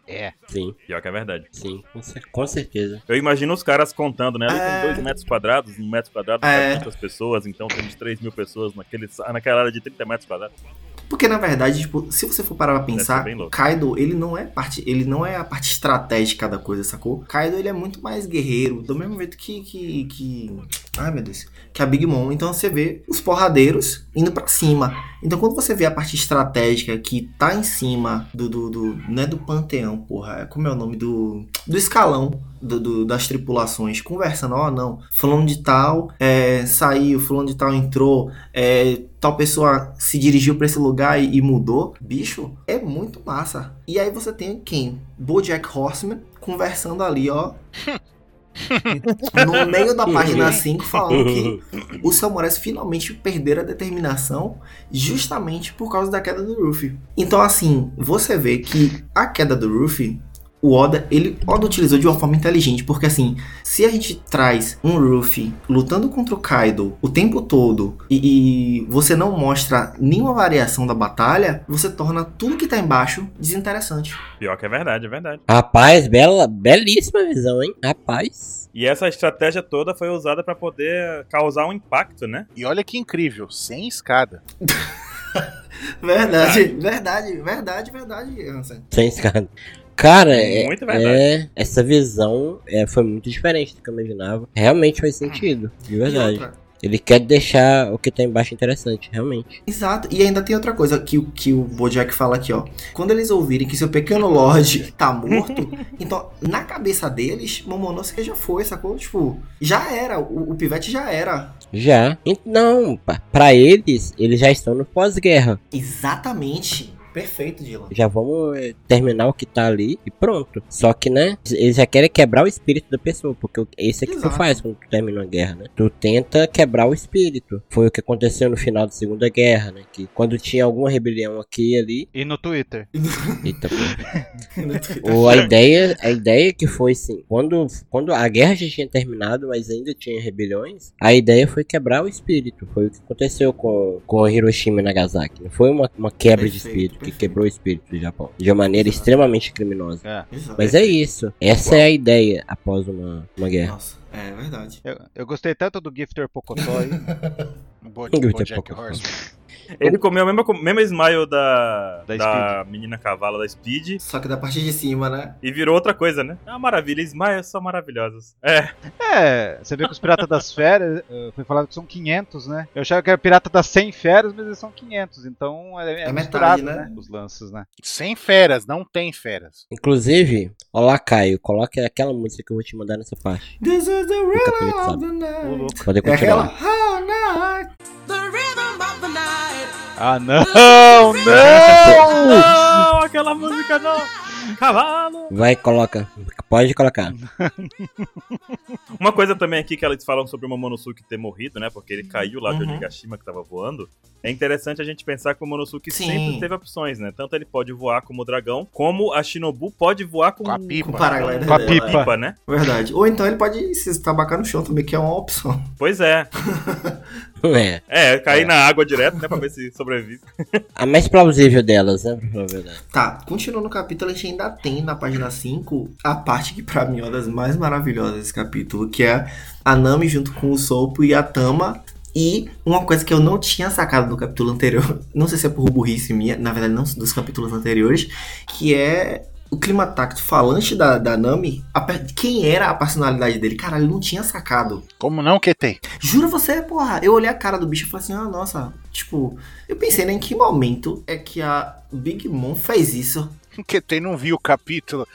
Speaker 4: É.
Speaker 2: Sim,
Speaker 1: Pior que é verdade.
Speaker 2: sim, com, cer- com certeza.
Speaker 1: Eu imagino os caras contando, né? Ali
Speaker 5: É.
Speaker 1: tem 2 metros quadrados, 1 um metro quadrado,
Speaker 5: É.
Speaker 1: tantas pessoas, então temos 3 mil pessoas naquele, naquela área de 30 metros quadrados.
Speaker 5: Porque na verdade, tipo, se você for parar pra
Speaker 1: ser
Speaker 5: pensar,
Speaker 1: bem louco.
Speaker 5: Kaido, ele não é parte, ele não é a parte estratégica da coisa, sacou? Kaido, ele é muito mais guerreiro, do mesmo jeito que que, que... ai meu Deus, que a Big Mom. Então você vê os porradeiros indo pra cima. Então quando você vê a parte estratégica que tá em cima do do, do não é do panteão, porra, é- como é o nome do do escalão do- do- das tripulações conversando, ó, não, fulano de tal é, saiu, fulano de tal entrou, é, tal pessoa se dirigiu pra esse lugar e, e mudou. Bicho, é muito massa. E aí você tem quem? Bojack Horseman conversando ali, ó. No meio da página 5 falando que os samurais finalmente perderam a determinação justamente por causa da queda do Ruffy. Então assim, você vê que a queda do Ruffy, o Oda, ele Oda utilizou de uma forma inteligente, porque assim, se a gente traz um Ruffy lutando contra o Kaido o tempo todo e, e você não mostra nenhuma variação da batalha, você torna tudo que tá embaixo desinteressante.
Speaker 1: Pior que é verdade, é verdade.
Speaker 2: Rapaz, bela, belíssima visão, hein? Rapaz.
Speaker 1: E essa estratégia toda foi usada pra poder causar um impacto, né?
Speaker 3: E olha que incrível, sem escada.
Speaker 5: Verdade, verdade, verdade, verdade, Hansen.
Speaker 2: Sem escada. Cara, é,
Speaker 1: Muito
Speaker 2: é- essa visão é, foi muito diferente do que eu imaginava. Realmente faz sentido, de
Speaker 5: E
Speaker 2: verdade.
Speaker 5: outra,
Speaker 2: Ele quer deixar o que tá embaixo interessante, realmente.
Speaker 5: Exato, e ainda tem outra coisa que, o- que o Bojack fala aqui, ó. Quando eles ouvirem que seu pequeno Lorde tá morto, então na cabeça deles, Momonosuke já foi, sacou? Tipo, já era, o, o pivete já era.
Speaker 2: Já. E não, pa- pra eles, eles já estão no pós-guerra.
Speaker 5: Exatamente. Perfeito, Dylan.
Speaker 2: Já vamos é, terminar o que tá ali e pronto. Só que, né, eles já querem quebrar o espírito da pessoa, porque o- esse é que tu
Speaker 5: Exato.
Speaker 2: faz quando tu termina uma guerra, né? Tu tenta quebrar o espírito. Foi o que aconteceu no final da Segunda Guerra, né? Que quando tinha alguma rebelião aqui e ali.
Speaker 4: E no Twitter.
Speaker 2: Eita, pô. Ou a ideia, a ideia que foi assim, quando, quando a guerra já tinha terminado, mas ainda tinha rebeliões, a ideia foi quebrar o espírito. Foi o que aconteceu com, com Hiroshima e Nagasaki. Não foi uma, uma quebra de
Speaker 5: Perfeito,
Speaker 2: espírito que
Speaker 5: perfeito.
Speaker 2: quebrou o espírito do Japão de uma maneira
Speaker 5: Exato.
Speaker 2: extremamente criminosa.
Speaker 4: É.
Speaker 5: Exato.
Speaker 2: Mas é isso. né? Essa é a ideia após uma, uma guerra.
Speaker 5: Nossa, é verdade.
Speaker 4: Eu, eu gostei tanto do Gifter Um Pocotó aí.
Speaker 3: O Bo
Speaker 2: Muito
Speaker 3: Bojack
Speaker 2: pouco.
Speaker 3: Horseman.
Speaker 1: Ele comeu a mesma, co- mesma smile da, da,
Speaker 4: Da
Speaker 1: menina cavalo da Speed
Speaker 5: Só que da parte de cima, né?
Speaker 1: e virou outra coisa, né? É uma maravilha, smiles são maravilhosos. É,
Speaker 4: É, você vê que os Piratas das Férias, eh, foi falado que são 500, né? Eu achava que era Pirata das 100 Férias, mas eles são 500, então é, é,
Speaker 5: É
Speaker 4: misturado,
Speaker 5: metade, né?
Speaker 4: né? Os lances, né?
Speaker 3: Sem feras, não tem feras.
Speaker 2: Inclusive, olá Caio, coloque aquela música que eu vou te mandar nessa parte.
Speaker 5: This is the
Speaker 2: O
Speaker 5: rhythm
Speaker 2: capelete
Speaker 5: of
Speaker 2: sabe.
Speaker 5: the
Speaker 4: Ô,
Speaker 5: night.
Speaker 4: louco.
Speaker 2: Poder
Speaker 5: É aquela.
Speaker 2: continuar.
Speaker 5: "Oh, night".
Speaker 4: Ah, não, não!
Speaker 1: não, aquela música não. Cavalo.
Speaker 2: Vai, coloca. Pode colocar.
Speaker 1: Uma coisa também aqui que eles falam sobre o Momonosuke ter morrido, né? Porque ele caiu lá de
Speaker 5: Uhum.
Speaker 1: Onigashima que tava voando. É interessante a gente pensar que o Momonosuke
Speaker 5: Sim.
Speaker 1: sempre teve opções, né? Tanto ele pode voar como o dragão, como a Shinobu pode voar com,
Speaker 3: Uh, Com a
Speaker 5: Com o
Speaker 3: pipa.
Speaker 5: paraglider
Speaker 4: Com a
Speaker 5: dela,
Speaker 1: a
Speaker 4: pipa.
Speaker 1: pipa, né?
Speaker 5: é. Verdade. Ou então ele pode se tabacar no chão também, que é uma opção.
Speaker 1: Pois é.
Speaker 2: É.
Speaker 1: É, cair na água direto, né? Pra ver se sobrevive.
Speaker 2: A mais
Speaker 5: Uhum.
Speaker 2: plausível delas, né? pra falar a verdade.
Speaker 5: Tá, continuando o capítulo, a gente ainda tem na página 5 a parte que pra mim é uma das mais maravilhosas desse capítulo, que é a Nami junto com o Sopo e a Tama. E uma coisa que eu não tinha sacado no capítulo anterior, não sei se é por burrice minha, na verdade não dos capítulos anteriores, que é o clima tacto falante da, da Nami, a per- quem era a personalidade dele, caralho, eu não tinha sacado.
Speaker 3: Como não, QT?
Speaker 5: Juro você, porra. Eu olhei a cara do bicho e falei assim, ah, nossa. Tipo, eu pensei, né, em que momento é que a Big Mom fez isso?
Speaker 3: O QT não viu o capítulo.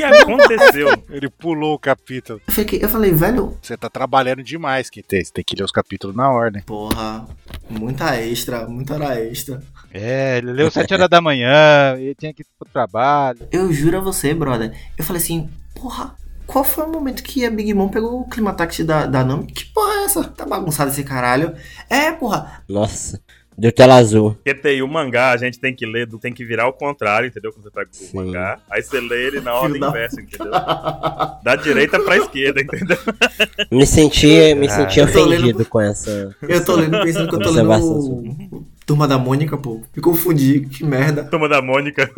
Speaker 1: E aconteceu.
Speaker 3: Ele pulou o capítulo.
Speaker 5: Eu, fiquei, eu falei, velho,
Speaker 3: Você tá trabalhando demais, QT. Você tem que ler os capítulos na ordem.
Speaker 5: porra, muita extra, muita hora extra.
Speaker 4: É, ele leu 7 horas da manhã, ele tinha que ir pro trabalho.
Speaker 5: Eu juro a você, brother. Eu falei assim, porra, qual foi o momento que a Big Mom pegou o climatax da, da Nami? Que porra é essa? Tá bagunçado esse caralho. É, porra.
Speaker 2: Nossa, deu tela azul.
Speaker 1: Porque tem o mangá, a gente tem que ler, do- tem que virar ao contrário, entendeu? Quando você pega o
Speaker 2: Sim.
Speaker 1: mangá. Aí você lê ele na
Speaker 5: Filho
Speaker 1: ordem
Speaker 5: da
Speaker 1: inversa, entendeu? Da direita pra esquerda, entendeu?
Speaker 2: Me senti, me senti
Speaker 5: eu tô
Speaker 2: ofendido
Speaker 5: lendo-
Speaker 2: com essa.
Speaker 5: Eu tô lendo pensando que eu tô
Speaker 2: Nossa,
Speaker 5: lendo
Speaker 2: basta
Speaker 5: o- Turma da Mônica, pô. Me confundi, que merda.
Speaker 1: Turma da Mônica.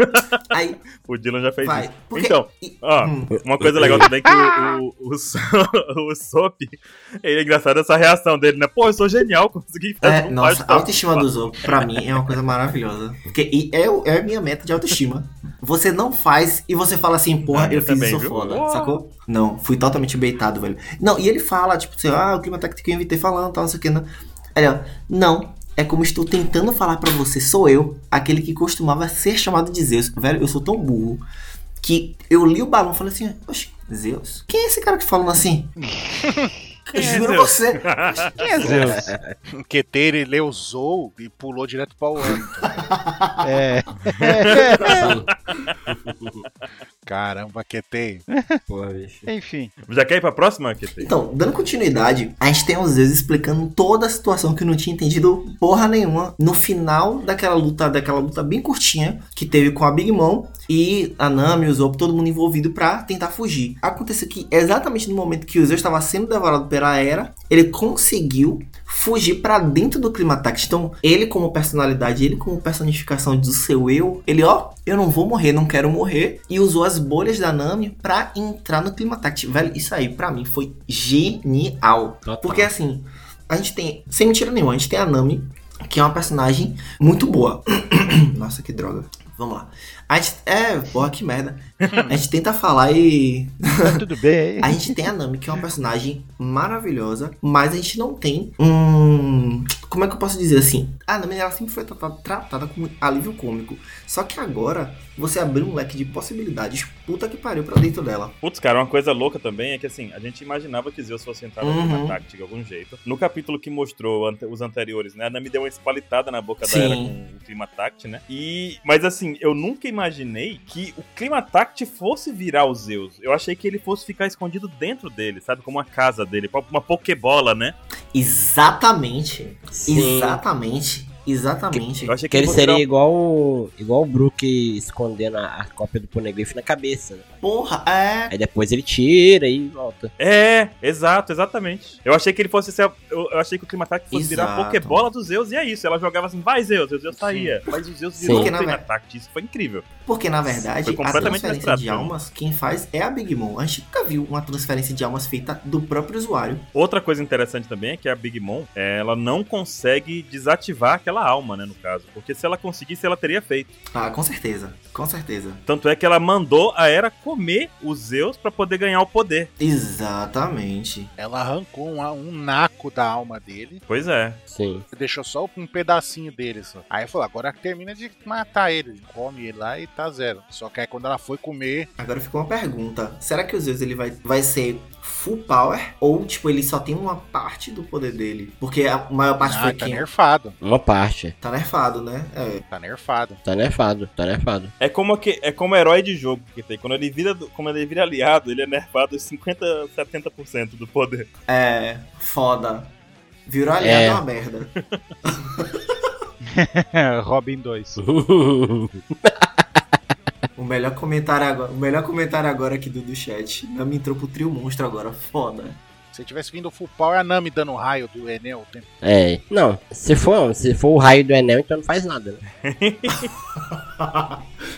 Speaker 5: Aí,
Speaker 1: O Dylan já fez
Speaker 5: vai.
Speaker 1: isso.
Speaker 5: Porque-
Speaker 1: Então,
Speaker 5: e-
Speaker 1: ó,
Speaker 5: hum.
Speaker 1: uma coisa legal também é que o, o, o, So- o Sop, ele é engraçado essa reação dele, né? Pô, eu sou genial, consegui fazer
Speaker 5: É,
Speaker 1: um
Speaker 5: nossa, a
Speaker 1: bate-papo.
Speaker 5: autoestima do Zorro, pra mim, é uma coisa maravilhosa. Porque e é, o- é a minha meta de autoestima. Você não faz e você fala assim, porra,
Speaker 1: Ah, eu
Speaker 5: eu fiz
Speaker 1: também,
Speaker 5: isso
Speaker 1: viu?
Speaker 5: foda,
Speaker 1: Uou.
Speaker 5: sacou? Não, fui totalmente beitado, velho. Não, e ele fala, tipo, assim, ah, o clima técnico que eu inventei falando, tal, não sei o que, não. Aí, ó, não, é como estou tentando falar pra você, sou eu, aquele que costumava ser chamado de Zeus. Velho, eu sou tão burro que eu li o balão e falei assim, oxe, Zeus? Quem é esse cara que falando assim?
Speaker 1: Quem é
Speaker 5: Juro
Speaker 1: Zeus?
Speaker 5: você,
Speaker 4: Quem é Zeus?
Speaker 3: O QT, ele leu Zou e pulou direto pra Wanda.
Speaker 4: É,
Speaker 3: Caramba, QT.
Speaker 2: Porra, bicho.
Speaker 4: é, enfim.
Speaker 1: Já quer ir pra próxima, Kitty?
Speaker 5: Então, dando continuidade, a gente tem os Zeus explicando toda a situação que eu não tinha entendido porra nenhuma no final daquela luta, daquela luta bem curtinha que teve com a Big Mom e a Nami, o Zop, todo mundo envolvido pra tentar fugir. Aconteceu que exatamente no momento que o Zeus estava sendo devorado pela Era, ele conseguiu fugir pra dentro do Climatax. Então, ele como personalidade, ele como personificação do seu eu, ele ó, eu não vou morrer, não quero morrer, e usou as bolhas da Nami pra entrar no Climatax. Velho, isso aí pra mim foi genial.
Speaker 2: Total.
Speaker 5: Porque assim, a gente tem, sem mentira nenhuma, a gente tem a Nami, que é uma personagem muito boa. Nossa, que droga. Vamos lá. A gente, é, porra, que merda. A gente tenta falar e
Speaker 4: Tá tudo bem.
Speaker 5: a gente tem a Nami, que é uma personagem maravilhosa, mas a gente não tem um. Como é que eu posso dizer assim? A Nami ela sempre foi tratada, tratada como alívio cômico. Só que agora você abriu um leque de possibilidades, puta que pariu, pra dentro dela.
Speaker 1: Putz, cara, uma coisa louca também é que assim, a gente imaginava que Zeus fosse entrar
Speaker 5: Uhum.
Speaker 1: na tática de algum jeito. No capítulo que mostrou ante- os anteriores, né? A Nami deu uma espalitada na boca
Speaker 5: Sim.
Speaker 1: da Era com o clima tact, né? E. Mas assim, eu nunca imaginei que o clima tact fosse virar o Zeus. Eu achei que ele fosse ficar escondido dentro dele, sabe? Como uma casa dele, uma pokebola, né?
Speaker 5: Exatamente.
Speaker 2: Sim.
Speaker 5: Exatamente. Exatamente.
Speaker 1: Eu achei
Speaker 2: Que ele
Speaker 1: fosse
Speaker 2: seria
Speaker 1: virar- um-
Speaker 2: igual, o- igual o Brook escondendo a, a cópia do Poneglyph na cabeça. né?
Speaker 5: Porra, é.
Speaker 2: Aí depois ele tira e volta.
Speaker 1: É, exato, exatamente. Eu achei que ele fosse ser. a- Eu, eu achei que o clima tact fosse virar
Speaker 5: Exato.
Speaker 1: a pokebola do Zeus e é isso. Ela jogava assim, vai Zeus, e o Zeus saía. Mas o Zeus
Speaker 2: Sim.
Speaker 1: virou o
Speaker 5: Porque, na
Speaker 1: clima tact. Isso foi incrível.
Speaker 5: Porque, na verdade,
Speaker 1: Foi
Speaker 5: a
Speaker 1: completamente
Speaker 5: transferência
Speaker 1: inesperado
Speaker 5: de
Speaker 1: pra mim.
Speaker 5: almas, quem faz é a Big Mom. A gente nunca viu uma transferência de almas feita do próprio usuário.
Speaker 1: Outra coisa interessante também é que a Big Mom, eh, ela não consegue desativar aquela alma, né, no caso. Porque se ela conseguisse, ela teria feito.
Speaker 5: Ah, com certeza. Com certeza.
Speaker 1: Tanto é que ela mandou a Era comer o Zeus pra poder ganhar o poder.
Speaker 5: Exatamente.
Speaker 3: Ela arrancou um, um naco da alma dele.
Speaker 1: Pois é.
Speaker 2: Sim.
Speaker 3: Deixou só um pedacinho dele só. Aí falou, agora termina de matar ele. Come ele lá e tá zero. Só que aí quando ela foi comer,
Speaker 5: Agora ficou uma pergunta. Será que o Zeus ele vai, vai ser full power? Ou, tipo, ele só tem uma parte do poder dele? Porque a maior parte
Speaker 3: ah,
Speaker 5: foi
Speaker 3: tá
Speaker 5: quem?
Speaker 3: nerfado.
Speaker 2: Uma parte.
Speaker 5: Tá nerfado, né? É.
Speaker 3: Tá nerfado.
Speaker 2: Tá nerfado, tá nerfado.
Speaker 1: É como, aque- é como herói de jogo que tem. Quando ele vira, do- quando ele vira aliado, ele é nerfado 50, 70% do poder.
Speaker 5: É. Foda. Virou aliado
Speaker 2: É.
Speaker 5: é uma merda.
Speaker 4: Robin 2.
Speaker 5: O melhor comentário agora, o melhor comentário agora aqui do, do chat. Não me entrou pro trio monstro agora. Foda.
Speaker 3: Se tivesse vindo o full power, a Nami dando raio do Enel o tempo
Speaker 2: É. Não, se for, se for o raio do Enel, então não faz nada. né?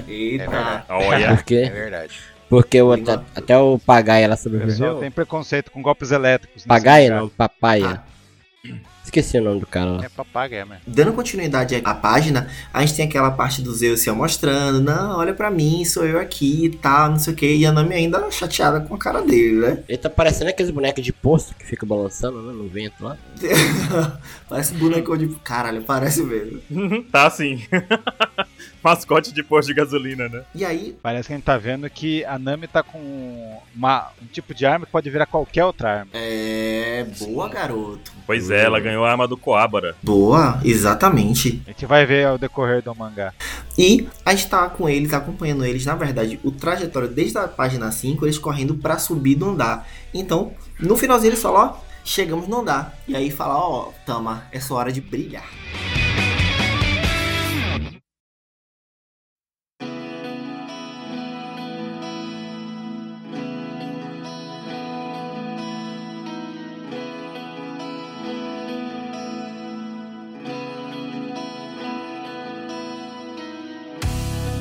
Speaker 5: Eita.
Speaker 1: Olha.
Speaker 3: É
Speaker 2: Porque,
Speaker 3: verdade.
Speaker 2: porque eu até, até o Pagaia ela
Speaker 4: O pessoal
Speaker 2: sobreviveu.
Speaker 4: tem preconceito com golpes elétricos. né? nesse
Speaker 2: Pagaia
Speaker 4: lugar.
Speaker 2: não,
Speaker 5: Ah,
Speaker 2: Papaya. Esqueci o nome do cara lá.
Speaker 3: É papagaia mesmo.
Speaker 5: Dando continuidade à página, a gente tem aquela parte do Zeus se mostrando, não, olha pra mim, sou eu aqui e tal, não sei o que, e a Nami ainda chateada com a cara dele, né?
Speaker 2: Ele tá parecendo aqueles bonecos de posto que fica balançando né, no vento lá.
Speaker 5: parece boneco de. Caralho, parece mesmo.
Speaker 1: tá sim. Mascote de posto de gasolina, né?
Speaker 5: E aí,
Speaker 4: Parece que a gente tá vendo que a Nami tá com uma- um tipo de arma que pode virar qualquer outra arma.
Speaker 5: é. Boa, garoto.
Speaker 1: Pois é, ela ganhou a arma do Coabara.
Speaker 5: Boa, exatamente.
Speaker 4: A gente vai ver ao decorrer do mangá.
Speaker 5: E a gente tá com eles, tá acompanhando eles, na verdade, o trajetório desde a página 5, eles correndo pra subir do andar. Então, no finalzinho eles falam, ó, chegamos no andar. E aí fala, ó, Tama, é sua hora de brilhar.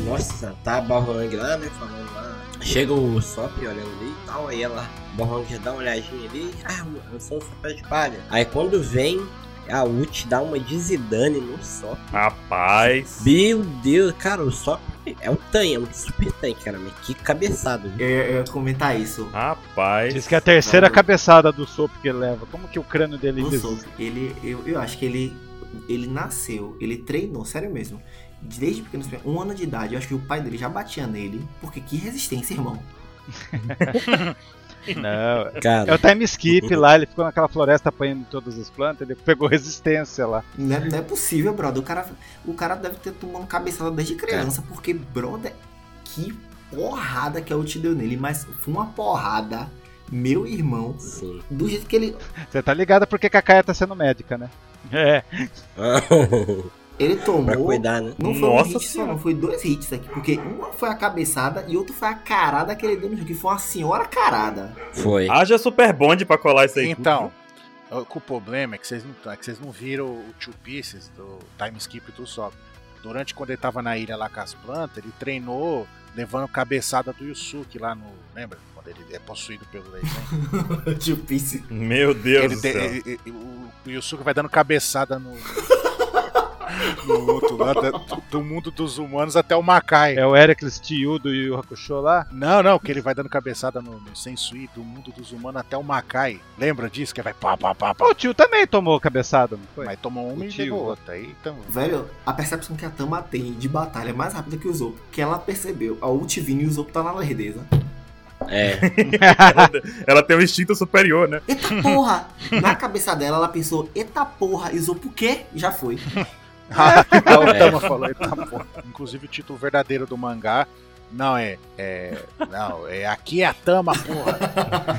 Speaker 2: Nossa, tá a Balrog lá, né? Falando lá. Chega o Sop olhando ali e tal, aí ela, o Balrog já dá uma olhadinha ali. Ah, eu sou um chapéu de palha. Aí quando vem, a Ult dá uma de Zidane no Sop.
Speaker 1: Rapaz.
Speaker 2: Meu Deus, cara, o Sop é o tanque, é um super tanque, cara. Mas que cabeçado, viu?
Speaker 5: Eu, eu ia comentar isso.
Speaker 1: Rapaz.
Speaker 4: Diz que é a terceira
Speaker 5: Não.
Speaker 4: cabeçada do sopro que ele leva. Como que o crânio dele
Speaker 5: Não
Speaker 4: des-
Speaker 5: sou. Ele, eu, eu acho que ele, ele nasceu, ele treinou, sério mesmo. Desde pequeno, um ano de idade, eu acho que o pai dele já batia nele. Porque que resistência, irmão.
Speaker 4: Não. É
Speaker 2: Cara,
Speaker 4: o time skip lá, ele ficou naquela floresta apanhando todas as plantas, ele pegou resistência lá.
Speaker 5: Não é, não é possível, brother. O cara, o cara deve ter tomado cabeçada desde criança, porque, brother, que porrada que a Ult deu nele, mas foi uma porrada, meu irmão,
Speaker 2: sim.
Speaker 5: do jeito que ele.
Speaker 4: Você tá ligado porque que a Kaia tá sendo médica, né? É.
Speaker 5: Ele
Speaker 2: pra
Speaker 5: tomou.
Speaker 2: cuidar, né?
Speaker 5: Não foi um
Speaker 1: Nossa
Speaker 5: hit só,
Speaker 1: Senhora.
Speaker 5: não. Foi dois hits aqui. Porque uma foi a cabeçada e outro foi a carada que ele deu no jogo. Que foi uma senhora carada.
Speaker 2: Foi.
Speaker 1: Haja super bonde pra colar isso aí.
Speaker 3: Então, o que o problema é que vocês não, é que vocês não viram o Two Pieces do time skip do Sop. Durante quando ele tava na ilha lá com as plantas, ele treinou levando cabeçada do Yusuke lá no. Lembra? Quando ele é possuído pelo leitão.
Speaker 5: tipo, isso.
Speaker 1: Meu Deus
Speaker 3: ele,
Speaker 1: do
Speaker 3: de-
Speaker 1: céu.
Speaker 3: ele- ele- o, o Yusuke vai dando cabeçada no. no outro lá, da- do, do mundo dos humanos até o Makai.
Speaker 4: É o Heracles Tio do Yu Yu Hakusho lá.
Speaker 3: Não, não, que ele vai dando cabeçada no, no Sensui, do mundo dos humanos até o Makai. Lembra disso? Que vai pá, pá, pá, pá.
Speaker 4: O tio também tomou cabeçada, não foi?
Speaker 3: Mas tomou uma e
Speaker 4: Tio.
Speaker 3: levou outra. Aí então, tamo.
Speaker 5: Velho, a percepção que a Tama tem de batalha é mais rápida que o Zopo. Que ela percebeu. A ult vindo e o Zopo tá na lerdeza.
Speaker 2: É,
Speaker 1: Ela tem um instinto superior, né?
Speaker 5: Eita porra! na cabeça dela, ela pensou, eita porra, e o Zopo o quê? Já foi.
Speaker 3: Ah, o
Speaker 2: É.
Speaker 3: Tama falou, ele tá bom. Inclusive o título verdadeiro do mangá. Não, é. é não, é aqui é a Tama, porra.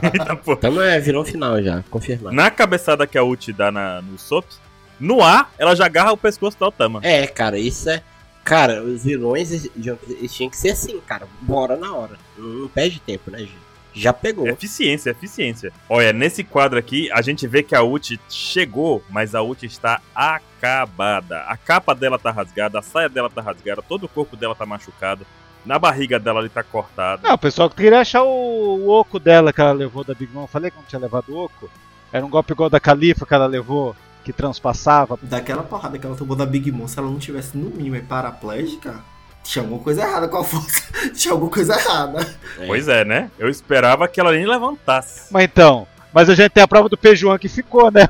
Speaker 1: Eita, pô.
Speaker 2: então é vilão final já, confirmado.
Speaker 1: Na cabeçada que a ult dá na, no Sops, no ar, ela já agarra o pescoço da Otama.
Speaker 2: É, cara, isso é. Cara, os vilões eles- eles tinham que ser assim, cara. Bora na hora. Não, não perde tempo, né, gente? Já pegou.
Speaker 1: É, Eficiência, eficiência. Olha, nesse quadro aqui, a gente vê que a ult chegou, mas a ult está acabada. A capa dela tá rasgada, a saia dela tá rasgada, todo o corpo dela tá machucado. Na barriga dela ele tá cortado.
Speaker 4: Não, o pessoal que queria achar o, o oco dela que ela levou da Big Mom. Eu falei que não tinha levado o oco. Era um golpe igual da Califa que ela levou, que transpassava.
Speaker 5: Daquela porrada que ela tomou da Big Mom, se ela não tivesse no mínimo aí paraplégica, tinha alguma coisa errada com a força. tinha alguma coisa errada.
Speaker 2: É.
Speaker 1: Pois é, né? Eu esperava que ela nem levantasse.
Speaker 4: Mas então, mas a gente tem a prova do Pejuan que ficou, né?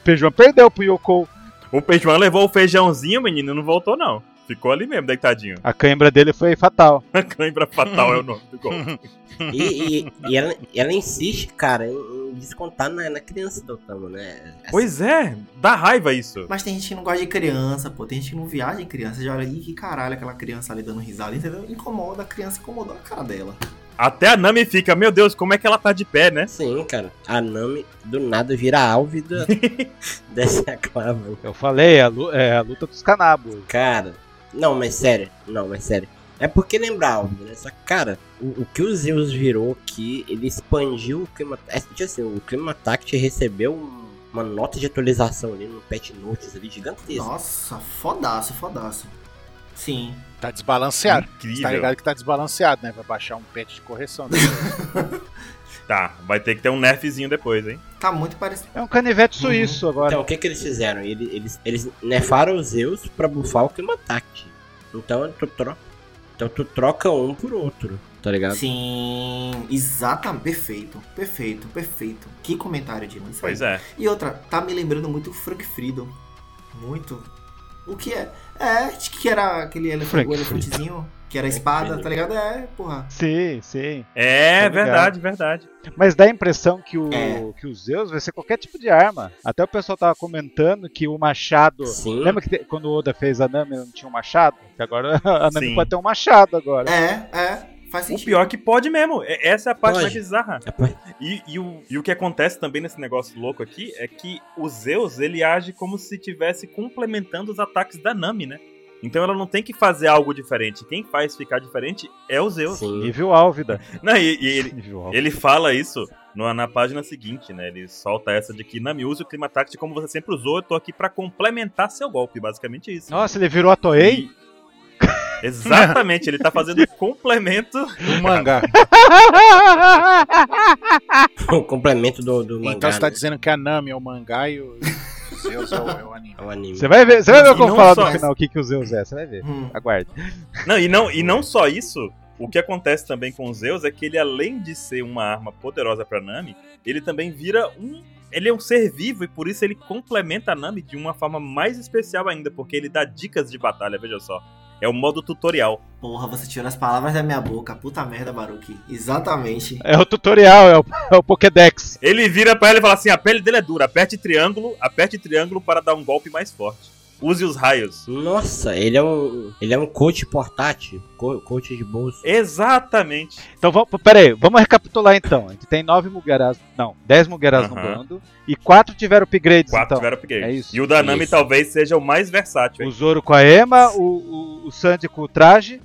Speaker 4: O Pejuan perdeu pro Yoko.
Speaker 1: O Peixão levou o feijãozinho, menino, não voltou não. Ficou ali mesmo, deitadinho.
Speaker 4: A cãibra dele foi fatal.
Speaker 1: A cãibra fatal é o nome do gol.
Speaker 2: E, e- e ela, e ela insiste, cara, em, em descontar na, na criança do Otamo, né?
Speaker 1: Pois é, dá raiva isso.
Speaker 5: Mas tem gente que não gosta de criança, pô. Tem gente que não viaja em criança. Já olha, ih, que caralho, aquela criança ali dando risada, entendeu? Incomoda, a criança incomodou a cara dela.
Speaker 1: Até a Nami fica, meu Deus, como é que ela tá de pé, né?
Speaker 2: Sim, cara. A Nami do nada vira alve da- dessa clava. né?
Speaker 4: Eu falei, é a, lu- é a luta dos canabos.
Speaker 2: Cara, não, mas sério, não, mas sério. É porque lembrar algo, né? Só que, cara, o, o que o Zeus virou aqui, ele expandiu o clima. É, tipo assim, o clima Tact recebeu um- uma nota de atualização ali no patch notes ali gigantesca.
Speaker 5: Nossa, fodaço, fodaço. Sim.
Speaker 3: Tá desbalanceado. Você
Speaker 1: Incrível.
Speaker 3: tá ligado que tá desbalanceado, né? Vai baixar um patch de correção. Né?
Speaker 1: Tá, vai ter que ter um nerfzinho depois, hein?
Speaker 5: Tá muito parecido.
Speaker 4: É um canivete
Speaker 5: Uhum.
Speaker 4: suíço agora.
Speaker 2: Então, o que que eles fizeram? Ele- Eles, eles, nerfaram os Zeus pra bufar o Climatact. Então tu, tro... então, tu troca um por outro, tá
Speaker 4: É.
Speaker 2: ligado?
Speaker 5: Sim, exatamente. Perfeito, perfeito, perfeito. Que comentário, Dylan. isso aí.
Speaker 1: Pois é.
Speaker 5: E outra, tá me lembrando muito o Frank Friedel. Muito. O que é? É, de que era aquele elef
Speaker 4: Frank
Speaker 5: o elefantezinho, que era a espada,
Speaker 2: Friedel.
Speaker 5: tá ligado? É, porra.
Speaker 4: Sim, sim.
Speaker 1: É,
Speaker 4: Tô ligado.
Speaker 1: verdade, verdade.
Speaker 4: Mas dá a impressão que o,
Speaker 5: É.
Speaker 4: que o Zeus vai ser qualquer tipo de arma. Até o pessoal tava comentando que o machado.
Speaker 2: Sim.
Speaker 4: Lembra que te- quando o Oda fez a Nami não tinha um machado? Que agora a Nami
Speaker 1: Sim.
Speaker 4: pode ter um machado agora.
Speaker 5: É, é, faz
Speaker 1: O
Speaker 5: sentido.
Speaker 1: pior é que pode mesmo. É- Essa é a parte
Speaker 2: Pode.
Speaker 1: mais bizarra.
Speaker 2: É por-
Speaker 1: E, e o, e o que acontece também nesse negócio louco aqui é que o Zeus ele age como se estivesse complementando os ataques da Nami, né? Então ela não tem que fazer algo diferente. Quem faz ficar diferente é o Zeus.
Speaker 2: Sim.
Speaker 4: Nível Álvida.
Speaker 1: Não, e, e ele,
Speaker 4: Nível Álvida.
Speaker 1: ele fala isso no- na página seguinte, né? Ele solta essa de que Nami usa o clima táctil como você sempre usou. Eu tô aqui pra complementar seu golpe, basicamente isso.
Speaker 4: Nossa, ele virou a Toei?
Speaker 1: E- Exatamente, ele tá fazendo complemento.
Speaker 3: Um mangá.
Speaker 2: O complemento do, do mangá.
Speaker 3: então você tá
Speaker 2: né?
Speaker 3: dizendo que a Nami é o mangá e o Zeus é o, é o anime.
Speaker 2: É um anime.
Speaker 4: Você vai ver, você vai ver
Speaker 1: E
Speaker 4: como
Speaker 1: não
Speaker 4: falar
Speaker 1: só
Speaker 4: no
Speaker 1: essa-
Speaker 4: final o que, que o Zeus é. Você vai ver.
Speaker 5: Hum,
Speaker 4: Aguarde.
Speaker 1: Não, e não, e não só isso, o que acontece também com o Zeus é que ele, além de ser uma arma poderosa pra Nami, ele também vira um. Ele é um ser vivo e por isso ele complementa a Nami de uma forma mais especial ainda, porque ele dá dicas de batalha, veja só. É o modo tutorial.
Speaker 5: porra, você tirou as palavras da minha boca. Puta merda, Baruki. Exatamente.
Speaker 4: É o tutorial, é o, é o Pokédex.
Speaker 1: Ele vira pra ela e fala assim: a pele dele é dura, aperte triângulo, aperte triângulo para dar um golpe mais forte. Use os raios.
Speaker 2: Nossa, ele é um. Ele é um coach portátil. co- coach de bolso.
Speaker 1: Exatamente.
Speaker 4: Então vamos. Peraí, vamos recapitular então. A gente tem nove Mugerás. Não, dez Mugerás no
Speaker 1: Aham.
Speaker 4: bando. E quatro tiveram upgrades.
Speaker 1: Quatro
Speaker 4: então.
Speaker 1: tiveram upgrade.
Speaker 4: é isso.
Speaker 1: E o da Nami
Speaker 2: Isso.
Speaker 1: talvez seja o mais versátil.
Speaker 4: O
Speaker 1: hein?
Speaker 4: Zoro com a Ema, o, o, o Sandy com o traje,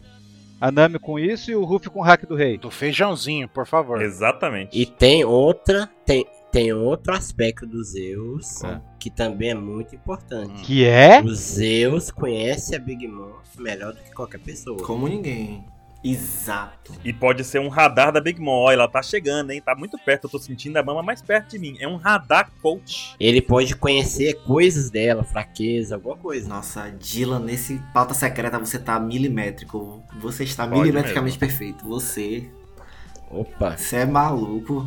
Speaker 4: a Nami com isso e o Ruffy com o hack do rei.
Speaker 3: Do feijãozinho, por favor.
Speaker 1: Exatamente.
Speaker 2: E tem outra. Tem, tem outro aspecto do Zeus
Speaker 4: É.
Speaker 2: que também é muito importante.
Speaker 4: Que é?
Speaker 2: O Zeus conhece a Big Mom melhor do que qualquer pessoa.
Speaker 5: Como ninguém. Exato.
Speaker 1: E pode ser um radar da Big Mom. Ó, ela tá chegando, hein? Tá muito perto. Eu tô sentindo a mama mais perto de mim. É um radar coach.
Speaker 2: Ele pode conhecer coisas dela, fraqueza, alguma coisa.
Speaker 5: Nossa, Dylan, nesse pauta secreta você tá milimétrico. Você está
Speaker 1: Pode
Speaker 5: milimetricamente perfeito. Você,
Speaker 2: Opa.
Speaker 5: você é maluco.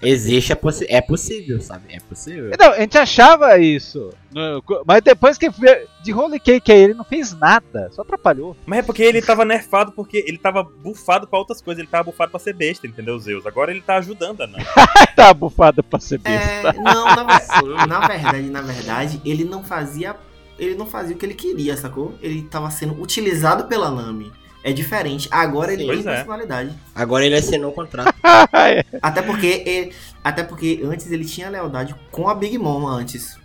Speaker 2: Existe, a possi é possível, sabe? É possível.
Speaker 4: Não, Então, a gente achava isso. No- Mas depois que foi- de Holy Cake aí, ele não fez nada, só atrapalhou.
Speaker 1: Mas é porque ele tava nerfado, porque ele tava bufado pra outras coisas. Ele tava bufado pra ser besta, entendeu, Zeus? Agora ele tá ajudando a Nami.
Speaker 4: tá bufada pra ser besta.
Speaker 5: É, não, na, ver- na verdade, na verdade, ele não fazia. Ele não fazia o que ele queria, sacou? Ele tava sendo utilizado pela Nami. É diferente. Agora ele
Speaker 1: Pois
Speaker 5: tem
Speaker 1: é.
Speaker 5: personalidade.
Speaker 2: Agora ele assinou um contrato.
Speaker 5: É.
Speaker 4: é. Tá
Speaker 5: Até porque, ele- até porque antes ele tinha lealdade com a Big Mom antes.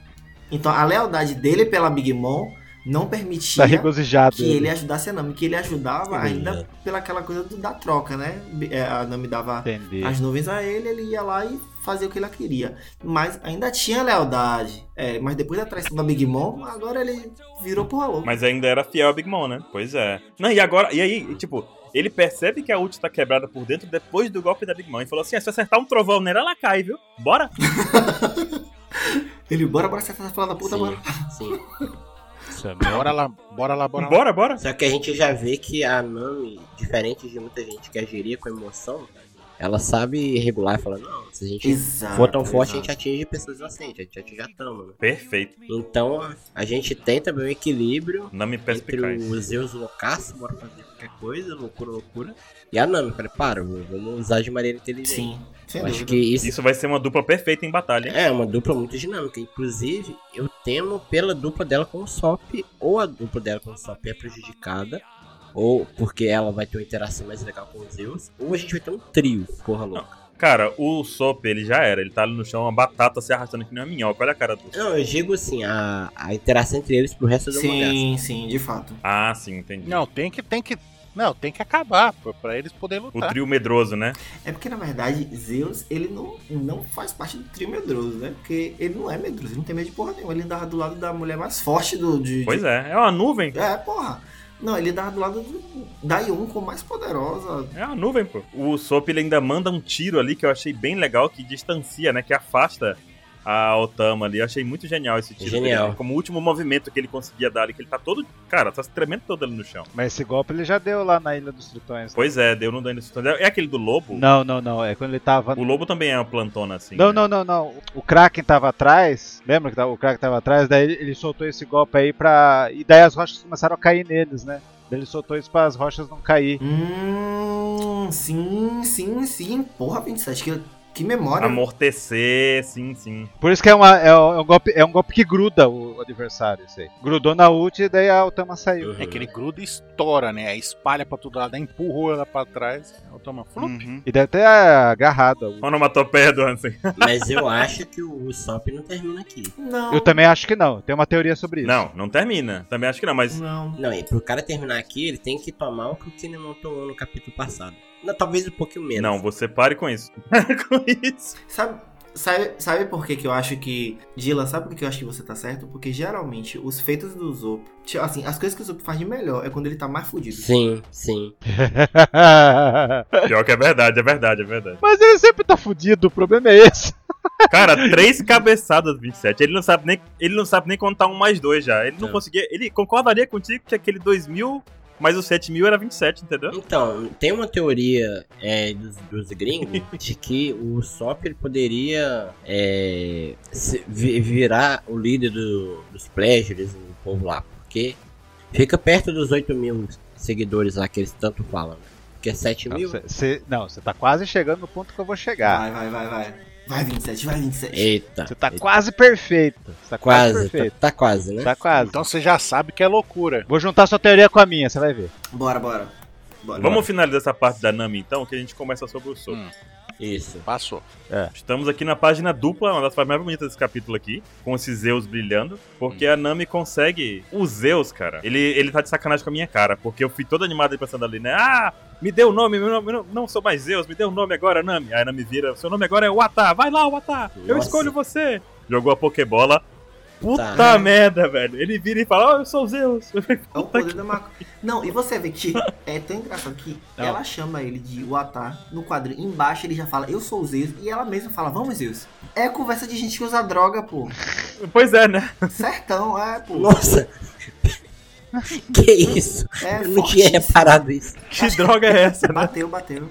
Speaker 5: Então a lealdade dele pela Big Mom não
Speaker 4: tá
Speaker 5: permitia
Speaker 4: regozijado.
Speaker 5: que ele é ajudasse a Nami, que ele ajudava
Speaker 2: Sim,
Speaker 5: ainda
Speaker 2: né?
Speaker 5: pela aquela coisa do- da troca, né? É, A Nami dava
Speaker 4: Entendi.
Speaker 5: as nuvens a ele, ele ia lá e fazia o que ele queria. Mas ainda tinha lealdade. É, mas depois da traição da Big Mom, agora ele virou porra louca.
Speaker 1: Mas ainda era fiel a Big Mom, né? Pois é. Não, e agora. E aí, tipo, ele percebe que a ult tá quebrada por dentro depois do golpe da Big Mom. E falou assim: ah, se eu acertar um trovão nela, ela cai, viu? Bora!
Speaker 5: Ele, bora, bora, acertar essa fala da puta,
Speaker 2: sim,
Speaker 5: bora.
Speaker 2: sim.
Speaker 3: Bora lá, bora lá, bora lá.
Speaker 1: Bora, bora!
Speaker 2: Só que a gente já vê que a Nami, diferente de muita gente que agiria com emoção, ela sabe regular e fala, não, se a gente
Speaker 5: Exato.
Speaker 2: for tão forte, a
Speaker 5: exato.
Speaker 2: gente atinge pessoas inocentes, a gente atinge a Tama. né?
Speaker 1: Perfeito.
Speaker 2: Então, a gente tem também um equilíbrio
Speaker 1: Nami
Speaker 2: entre
Speaker 1: perspicaz.
Speaker 2: o Zeus loucaço, bora fazer qualquer coisa, loucura, loucura, e a Nami, cara, para, vamos usar de maneira inteligente.
Speaker 5: Sim, sem
Speaker 2: Eu acho
Speaker 5: dúvida.
Speaker 2: que isso
Speaker 1: Isso vai ser uma dupla perfeita em batalha, hein?
Speaker 2: É, uma dupla muito dinâmica. Inclusive, eu temo pela dupla dela com o Sop, ou a dupla dela com o Sop é prejudicada, ou porque ela vai ter uma interação mais legal com os Zeus, ou a gente vai ter um trio, porra louca.
Speaker 1: Cara, o Sop, ele já era. Ele tá ali no chão, uma batata se arrastando que nem uma minhoca. Olha a cara do.
Speaker 2: Não, eu digo assim, a, a interação entre eles pro resto do mangá.
Speaker 5: Sim, sim, de fato.
Speaker 1: Ah, sim, entendi.
Speaker 3: Não, tem que, tem que, não, tem que acabar pô, pra eles poderem
Speaker 1: O
Speaker 3: lutar.
Speaker 1: trio medroso, né?
Speaker 5: É porque, na verdade, Zeus, ele não, não faz parte do trio medroso, né? Porque ele não é medroso, ele não tem medo de porra nenhuma. Ele andava do lado da mulher mais forte do... De,
Speaker 1: Pois é, é uma nuvem.
Speaker 5: de... É, porra. Não, ele dá do lado do- da Yonko mais poderosa.
Speaker 1: É a nuvem, pô. O Sop ele ainda manda um tiro ali que eu achei bem legal, que distancia, né? Que afasta a Otama ali. Eu achei muito genial esse tiro.
Speaker 2: Genial.
Speaker 1: dele, né, Como o último movimento que ele conseguia dar ali, que ele tá todo. Cara, tá se tremendo todo ali no chão.
Speaker 4: Mas esse golpe ele já deu lá na Ilha dos Tritões. né?
Speaker 1: Pois é, deu no dano. É aquele do lobo?
Speaker 4: Não, não, não. É quando ele tava.
Speaker 1: O lobo também é uma plantona assim.
Speaker 4: Não,
Speaker 1: né?
Speaker 4: não, não, não. O Kraken tava atrás. Lembra que tava- o Kraken tava atrás? Daí ele- ele soltou esse golpe aí pra. E daí as rochas começaram a cair neles, né? Daí ele soltou isso pra as rochas não cair.
Speaker 5: Hum, sim, sim, sim. Porra, 27, que, que memória.
Speaker 1: Amortecer, sim, sim.
Speaker 4: Por isso que é, uma, é, um, é um golpe, é um golpe que gruda o, adversário, isso aí. Grudou na ult e daí a Otama saiu.
Speaker 3: É
Speaker 2: né?
Speaker 3: que ele gruda e estoura, né? Aí Espalha pra todo lado, aí empurrou ela pra trás. Ela toma flup.
Speaker 4: Uhum. E deve ter agarrado a ult.
Speaker 1: Onomatopeia do Hansen.
Speaker 2: Uhum. Mas eu acho que o, o Sop não termina aqui.
Speaker 5: Não.
Speaker 4: Eu tá- também acho que não. Tem uma teoria sobre isso.
Speaker 1: Não, não termina. Também acho que não, mas.
Speaker 5: Não.
Speaker 2: Não, e pro cara terminar aqui, ele tem que tomar o que o Kinemon tomou no capítulo passado. Não, talvez um pouquinho menos.
Speaker 1: Não, você pare com isso. com isso.
Speaker 5: Sabe, sabe, sabe por que, que eu acho que. Dila, sabe por que eu acho que você tá certo? Porque geralmente os feitos do Zopo. ti- Assim, as coisas que o Zopo faz de melhor é quando ele tá mais fudido.
Speaker 2: Sim, sim.
Speaker 1: Pior que é verdade, é verdade, é verdade.
Speaker 4: Mas ele sempre tá fudido, o problema é esse.
Speaker 1: Cara, três cabeçadas 27. Ele não sabe nem, ele não sabe nem contar um mais dois já. Ele não
Speaker 2: Tá.
Speaker 1: conseguia. Ele concordaria contigo que aquele 2000 mais o 7000 era 27, entendeu?
Speaker 2: Então, tem uma teoria é, dos, dos gringos de que o Sop ele poderia é, se- vi- virar o líder do- dos pledgers, do povo lá, porque fica perto dos 8 mil seguidores lá que eles tanto falam, né? Porque é 7
Speaker 4: Não,
Speaker 2: mil.
Speaker 4: você- você- Não, você tá quase chegando no ponto que eu vou chegar.
Speaker 5: Vai, vai, vai, vai. Vai, 27, vai, 27.
Speaker 2: Eita,
Speaker 4: Você tá
Speaker 2: eita,
Speaker 4: quase perfeito. Você tá quase,
Speaker 2: quase, tá,
Speaker 4: perfeito.
Speaker 2: tá quase, né?
Speaker 4: Tá quase.
Speaker 3: Então você já sabe que é loucura.
Speaker 4: Vou juntar sua teoria com a minha, você vai ver.
Speaker 5: Bora, bora. Bora.
Speaker 1: Vamos finalizar essa parte da Nami então, que a gente começa sobre o Sop.
Speaker 3: Hum.
Speaker 4: Tá.
Speaker 2: Isso.
Speaker 3: Passou.
Speaker 2: É.
Speaker 1: Estamos aqui na página dupla, uma das partes mais bonitas desse capítulo aqui, com esses Zeus brilhando,
Speaker 2: Hum.
Speaker 1: porque a Nami consegue. O Zeus, cara, ele, ele tá de sacanagem com a minha cara, porque eu fui todo animado e pensando ali, né? Ah, me deu o nome, meu nome, não, não sou mais Zeus, me deu o nome agora, Nami. Aí a Nami vira, seu nome agora é Wata, vai lá, Wata, eu
Speaker 2: Nossa.
Speaker 1: escolho você. Jogou a Pokébola. Puta
Speaker 2: Tá.
Speaker 1: merda, velho. Ele vira e fala, ó, eu sou o Zeus.
Speaker 5: É o poder da Mako. Não, e você vê que é tão engraçado que
Speaker 4: Não.
Speaker 5: ela chama ele de Watar no quadrinho. Embaixo ele já fala, eu sou o Zeus. E ela mesma fala, vamos Zeus. É conversa de gente que usa droga, pô.
Speaker 1: pois é, né?
Speaker 5: Certão, é, pô.
Speaker 2: Nossa! que isso?
Speaker 5: É
Speaker 2: Eu não tinha
Speaker 5: fortíssimo.
Speaker 2: reparado isso.
Speaker 1: Que droga é essa?
Speaker 5: Bateu, bateu.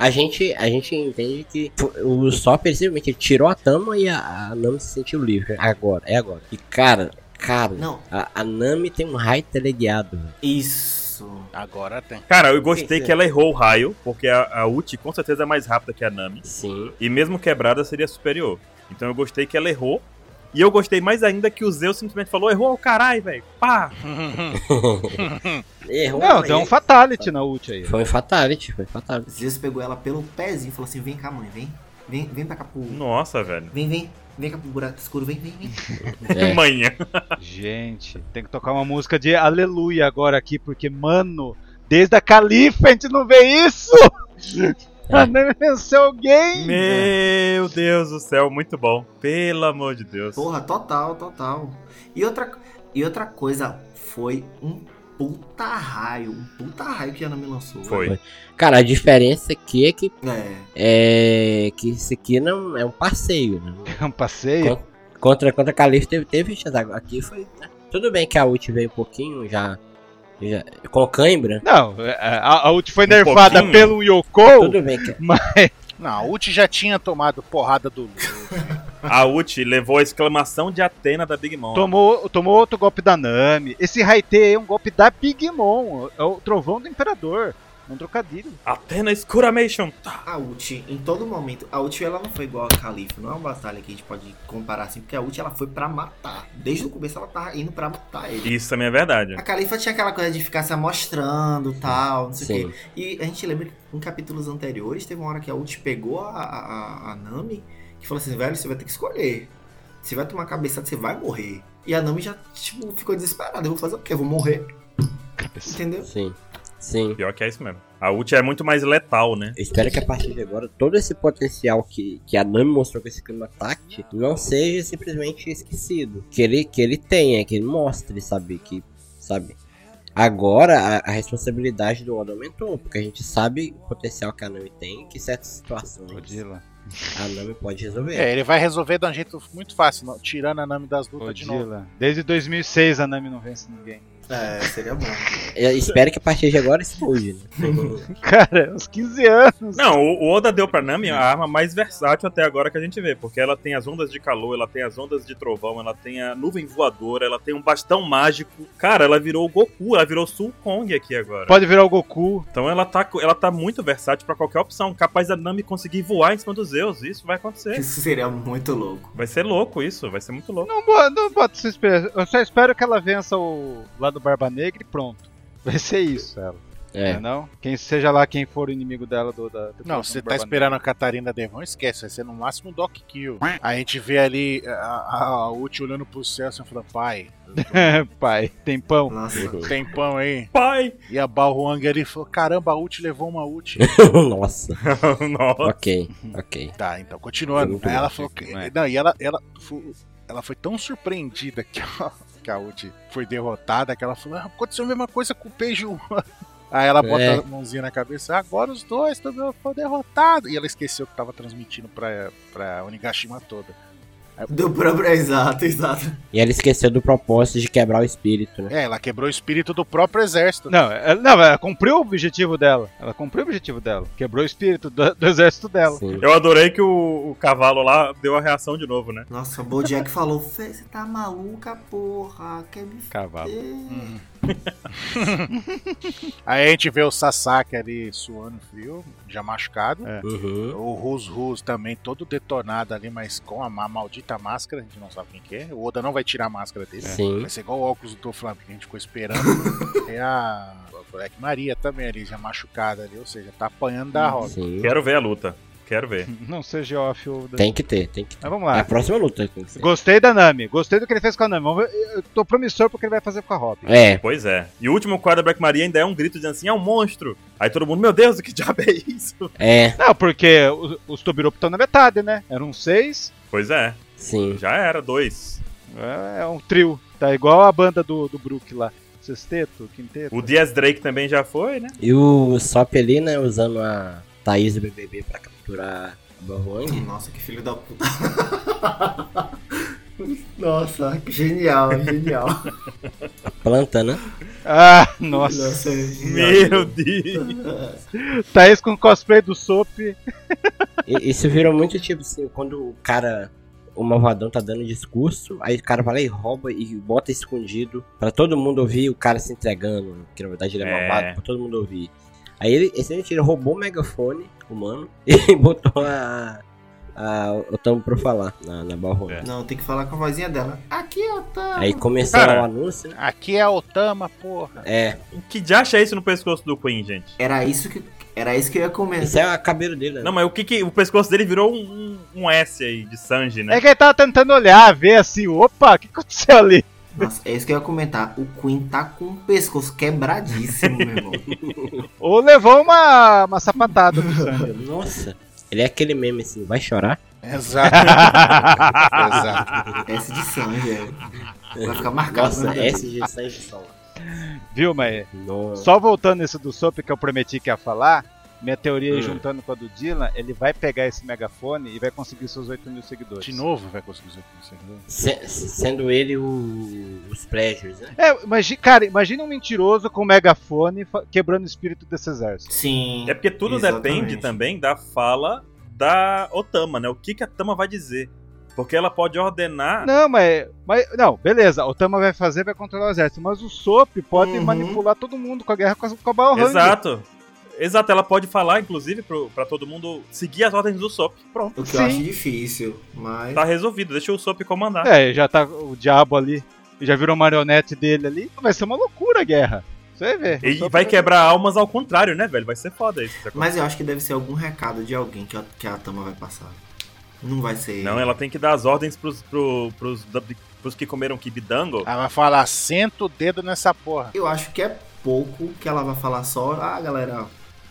Speaker 2: A gente, a gente entende que o Sopper simplesmente tirou a Tama e a, a Nami se sentiu livre. Agora, é agora. E cara, cara,
Speaker 5: Não,
Speaker 2: a, a Nami tem um raio teleguiado. velho.
Speaker 5: isso.
Speaker 3: Agora tem.
Speaker 1: Cara, eu gostei
Speaker 2: Sim, sim.
Speaker 1: que ela errou o raio, porque a, a Uchi com certeza é mais rápida que a Nami.
Speaker 2: Sim.
Speaker 1: E mesmo quebrada seria superior. Então eu gostei que ela errou. E eu gostei mais ainda que o Zeus simplesmente falou: errou, caralho, velho. Pá!
Speaker 2: Errou.
Speaker 4: Não,
Speaker 2: mas
Speaker 4: tem um fatality na ult aí.
Speaker 2: Foi um fatality, foi um fatality.
Speaker 5: Zeus pegou ela pelo pezinho e falou assim, vem cá, mãe, vem. Vem, vem pra cá pro...
Speaker 1: Nossa, velho.
Speaker 5: Vem, vem. Vem cá pro buraco escuro, vem, vem, vem.
Speaker 2: É.
Speaker 1: Manhã.
Speaker 4: Gente, tem que tocar uma música de aleluia agora aqui, porque, mano, desde a Califa a gente não vê isso! A Nami venceu alguém!
Speaker 1: Meu Deus do céu, muito bom. Pelo amor de Deus.
Speaker 5: Porra, total, total. E outra, e outra coisa foi um puta raio. Um puta raio que a Ana me lançou.
Speaker 1: Foi.
Speaker 2: Cara, a diferença aqui é que
Speaker 5: É.
Speaker 2: é que isso aqui não é um passeio, né?
Speaker 4: É um passeio.
Speaker 2: Contra contra a Calista teve teve chance agora aqui foi. né? Tudo bem que a ult veio um pouquinho já, já com cãibra.
Speaker 4: Não, é, a, a ult foi nerfada
Speaker 1: pouquinho.
Speaker 4: pelo Yoko.
Speaker 2: Tudo bem que
Speaker 3: Não, a Uchi já tinha tomado porrada do Luffy.
Speaker 1: A Uchi levou a exclamação de Atena da Big Mom.
Speaker 4: Tomou, tomou outro golpe da Nami. Esse Raite é um golpe da Big Mom. É o trovão do Imperador. É Um trocadilho.
Speaker 1: Atena Scuramation.
Speaker 5: A ult, em todo momento, a ult ela não foi igual a Califa, não é uma batalha que a gente pode comparar assim, porque a ult ela foi pra matar. Desde o começo ela tava indo pra matar ele.
Speaker 1: Isso também é verdade.
Speaker 5: A Califa tinha aquela coisa de ficar se amostrando tal, não sei o quê.
Speaker 2: sim.
Speaker 5: E a gente lembra que em capítulos anteriores teve uma hora que a Ult pegou a, a- a- a Nami e falou assim, velho, você vai ter que escolher. Você vai tomar cabeçada, você vai morrer. E a Nami já, tipo, ficou desesperada. Eu vou fazer o quê? Eu vou morrer. Entendeu?
Speaker 2: Sim. Sim.
Speaker 1: Pior que é isso mesmo. A Uchi é muito mais letal, né?
Speaker 2: Eu espero que a partir de agora todo esse potencial que, que a Nami mostrou com esse clima tact não seja simplesmente esquecido. Que ele, que ele tenha, que ele mostre, sabe? Que, sabe? Agora a, a responsabilidade do Oda aumentou, porque a gente sabe o potencial que a Nami tem, que certas situações
Speaker 4: Odila.
Speaker 2: a Nami pode resolver.
Speaker 3: É, ele vai resolver de um jeito muito fácil, não- tirando a Nami das lutas de novo.
Speaker 4: Odila. Desde 2006 a Nami não vence ninguém.
Speaker 5: É, seria bom.
Speaker 2: Eu espero que a partir de agora exploda. Né?
Speaker 4: Cara, é uns 15 anos.
Speaker 1: Não, o o Oda deu pra Nami a arma mais versátil até agora que a gente vê, porque ela tem as ondas de calor, ela tem as ondas de trovão, ela tem a nuvem voadora, ela tem um bastão mágico. Cara, ela virou o Goku, ela virou Sul Kong aqui agora.
Speaker 4: Pode virar o Goku.
Speaker 1: Então ela tá, co- ela tá muito versátil pra qualquer opção, capaz da Nami conseguir voar em cima dos Zeus, isso vai acontecer.
Speaker 5: Isso seria muito louco.
Speaker 1: Vai ser louco isso, vai ser muito louco.
Speaker 4: Não, bo- não bota sua esperança. Eu só espero que ela vença o lá do Barba Negra e pronto. Vai ser isso, ela.
Speaker 2: É.
Speaker 4: Não Não? Quem seja lá quem for o inimigo dela do da
Speaker 3: Não,
Speaker 4: do
Speaker 3: você tá
Speaker 4: Barba
Speaker 3: esperando a Catarina Devon, esquece, vai ser no máximo um Doc Kill. A gente vê ali a, a, a Uchi olhando pro céu assim, falando, pai,
Speaker 4: Negra. Pai, tem pão.
Speaker 5: Nossa.
Speaker 3: tempão aí.
Speaker 1: Pai!
Speaker 3: E a Balruang ali falou, caramba, a Uchi levou uma Uchi.
Speaker 2: Nossa,
Speaker 1: Nossa.
Speaker 2: ok, ok.
Speaker 3: Tá, então, continuando.
Speaker 2: Muito
Speaker 3: Aí ela
Speaker 2: bom,
Speaker 3: falou
Speaker 4: Chico,
Speaker 3: que.
Speaker 4: né?
Speaker 3: Não, e ela, ela, foi, ela foi tão surpreendida que a, que a Uchi foi derrotada que ela falou: "Ah, aconteceu a mesma coisa com o Pejuan. Aí ela bota
Speaker 2: É.
Speaker 3: a mãozinha na cabeça, "Ah, agora os dois também foram derrotados. E ela esqueceu que tava transmitindo pra, pra Onigashima toda.
Speaker 5: Do próprio. Exato, exato.
Speaker 2: E ela esqueceu do propósito de quebrar o espírito, né?
Speaker 3: É, ela quebrou o espírito do próprio exército.
Speaker 4: Não, ela, não, ela cumpriu o objetivo dela. Ela cumpriu o objetivo dela. Quebrou o espírito do, do exército dela.
Speaker 2: Sim.
Speaker 1: Eu adorei que o, o cavalo lá deu a reação de novo, né?
Speaker 5: Nossa, o Bojack falou: "Fê, você tá maluca, porra. Quer me
Speaker 4: Cavalo.
Speaker 5: fuder?"
Speaker 3: Aí a gente vê o Sasaki ali suando frio, já machucado.
Speaker 2: Uhum.
Speaker 3: O Rus Rus também todo detonado ali, mas com a ma- maldita máscara, a gente não sabe quem que é. O Oda não vai tirar a máscara dele.
Speaker 2: É. Sim.
Speaker 3: Vai ser igual o óculos do Flamengo que a gente ficou esperando. e a Black Maria também ali, já machucada ali, ou seja, tá apanhando da roda.
Speaker 2: Sim.
Speaker 1: Quero ver a luta. Quero ver.
Speaker 4: Não seja off o da...
Speaker 2: Tem que ter, tem que ter.
Speaker 4: Mas vamos
Speaker 2: É a
Speaker 4: lá.
Speaker 2: próxima luta. tem que ser.
Speaker 4: Gostei da Nami. Gostei do que ele fez com a Nami. Vamos ver- Eu tô promissor pro que ele vai fazer com a Robin.
Speaker 2: É,
Speaker 1: Pois é. E o último quadro da Black Maria ainda é um grito dizendo assim: é um monstro. Aí todo mundo, meu Deus, o que diabo é isso?
Speaker 2: é,
Speaker 4: Não, porque os, os Tobirup estão na metade, né? Eram seis,
Speaker 1: Pois é,
Speaker 2: sim.
Speaker 1: já era, dois.
Speaker 4: é é um trio. Tá igual a banda do, do Brook lá. Sexteto, quinteto.
Speaker 1: O Dias Drake também já foi, né?
Speaker 2: E o Sop ali, né, usando a Thaís do BBB pra capturar a Bahuang.
Speaker 5: Hum, Nossa, que filho da puta. Nossa, que genial, genial.
Speaker 2: A planta, né?
Speaker 4: Ah, nossa.
Speaker 5: Nossa, é genial.
Speaker 1: Meu Deus!
Speaker 4: Thaís Tá com cosplay do Sop.
Speaker 2: E, isso virou muito tipo assim, quando o cara, o malvadão tá dando discurso, aí o cara vai lá e rouba e bota escondido pra todo mundo ouvir o cara se entregando, que na verdade ele é,
Speaker 1: É.
Speaker 2: malvado, pra todo mundo ouvir. Aí ele, esse gente, ele roubou o megafone humano e botou a, a, o Tamo pra falar na, na Bahuang.
Speaker 1: É.
Speaker 5: Não, tem que falar com a vozinha dela. Aqui tá. eu tô.
Speaker 2: Aí começou
Speaker 1: Cara.
Speaker 2: o anúncio, né?
Speaker 3: Aqui é a Otama, porra.
Speaker 2: É,
Speaker 1: Que diacho é isso no pescoço do Queen, gente?
Speaker 5: Era isso que era isso que eu ia
Speaker 2: isso é
Speaker 5: comentar.
Speaker 2: a cabelo dele, né?
Speaker 1: Não, mas o que que. O pescoço dele virou um, um- um S aí de Sanji, né?
Speaker 4: É que ele tava tentando olhar, ver assim, opa, o que aconteceu ali?
Speaker 5: Nossa, é isso que eu ia comentar. O Queen tá com o pescoço quebradíssimo, meu irmão.
Speaker 4: Ou levou uma, uma sapatada do sangue.
Speaker 2: Nossa, ele é aquele meme assim, vai chorar?
Speaker 3: Exato. Exato.
Speaker 5: S de sangue, velho. Vai ficar marcado.
Speaker 2: Nossa, é-
Speaker 5: né?
Speaker 2: S de sangue sol.
Speaker 4: Viu, Maê?
Speaker 2: Nossa.
Speaker 4: Só voltando esse do Sop que eu prometi que ia falar, minha teoria aí,
Speaker 2: Hum.
Speaker 4: juntando com a do Dylan, ele vai pegar esse megafone e vai conseguir seus 8 mil seguidores.
Speaker 3: De novo vai conseguir isso aqui, você né? viu?
Speaker 2: Se- se- sendo ele o, os pleasures, né?
Speaker 4: É, imagi- cara, imagina um mentiroso com um megafone fa- quebrando o espírito desse exército.
Speaker 5: Sim.
Speaker 1: É porque tudo
Speaker 5: Exatamente.
Speaker 1: depende também da fala da Otama, né? O que, que a Tama vai dizer. Porque ela pode ordenar.
Speaker 4: Não, mas, mas. Não, beleza, o Tama vai fazer, vai controlar o exército, mas o Sop pode
Speaker 5: Uhum.
Speaker 4: manipular todo mundo com a guerra com a, com a Balrog.
Speaker 1: Exato. Exato, ela pode falar, inclusive, pro, pra todo mundo seguir as ordens do Sop. Pronto.
Speaker 5: O que eu
Speaker 4: Sim.
Speaker 5: acho difícil, mas
Speaker 1: Tá resolvido, deixa o Sop comandar.
Speaker 4: É, já tá o diabo ali, já virou marionete dele ali. Vai ser uma loucura a guerra. Você vai ver.
Speaker 1: E vai quebrar almas ao contrário, né, velho? Vai ser foda isso.
Speaker 5: mas eu acho que deve ser algum recado de alguém que a, que a Tama vai passar. Não vai ser.
Speaker 1: Não, é- ela tem que dar as ordens pros, pro, pros, pros que comeram kibidango.
Speaker 3: Ela vai falar, senta o dedo nessa porra.
Speaker 5: Eu acho que é pouco que ela vai falar só, ah, galera,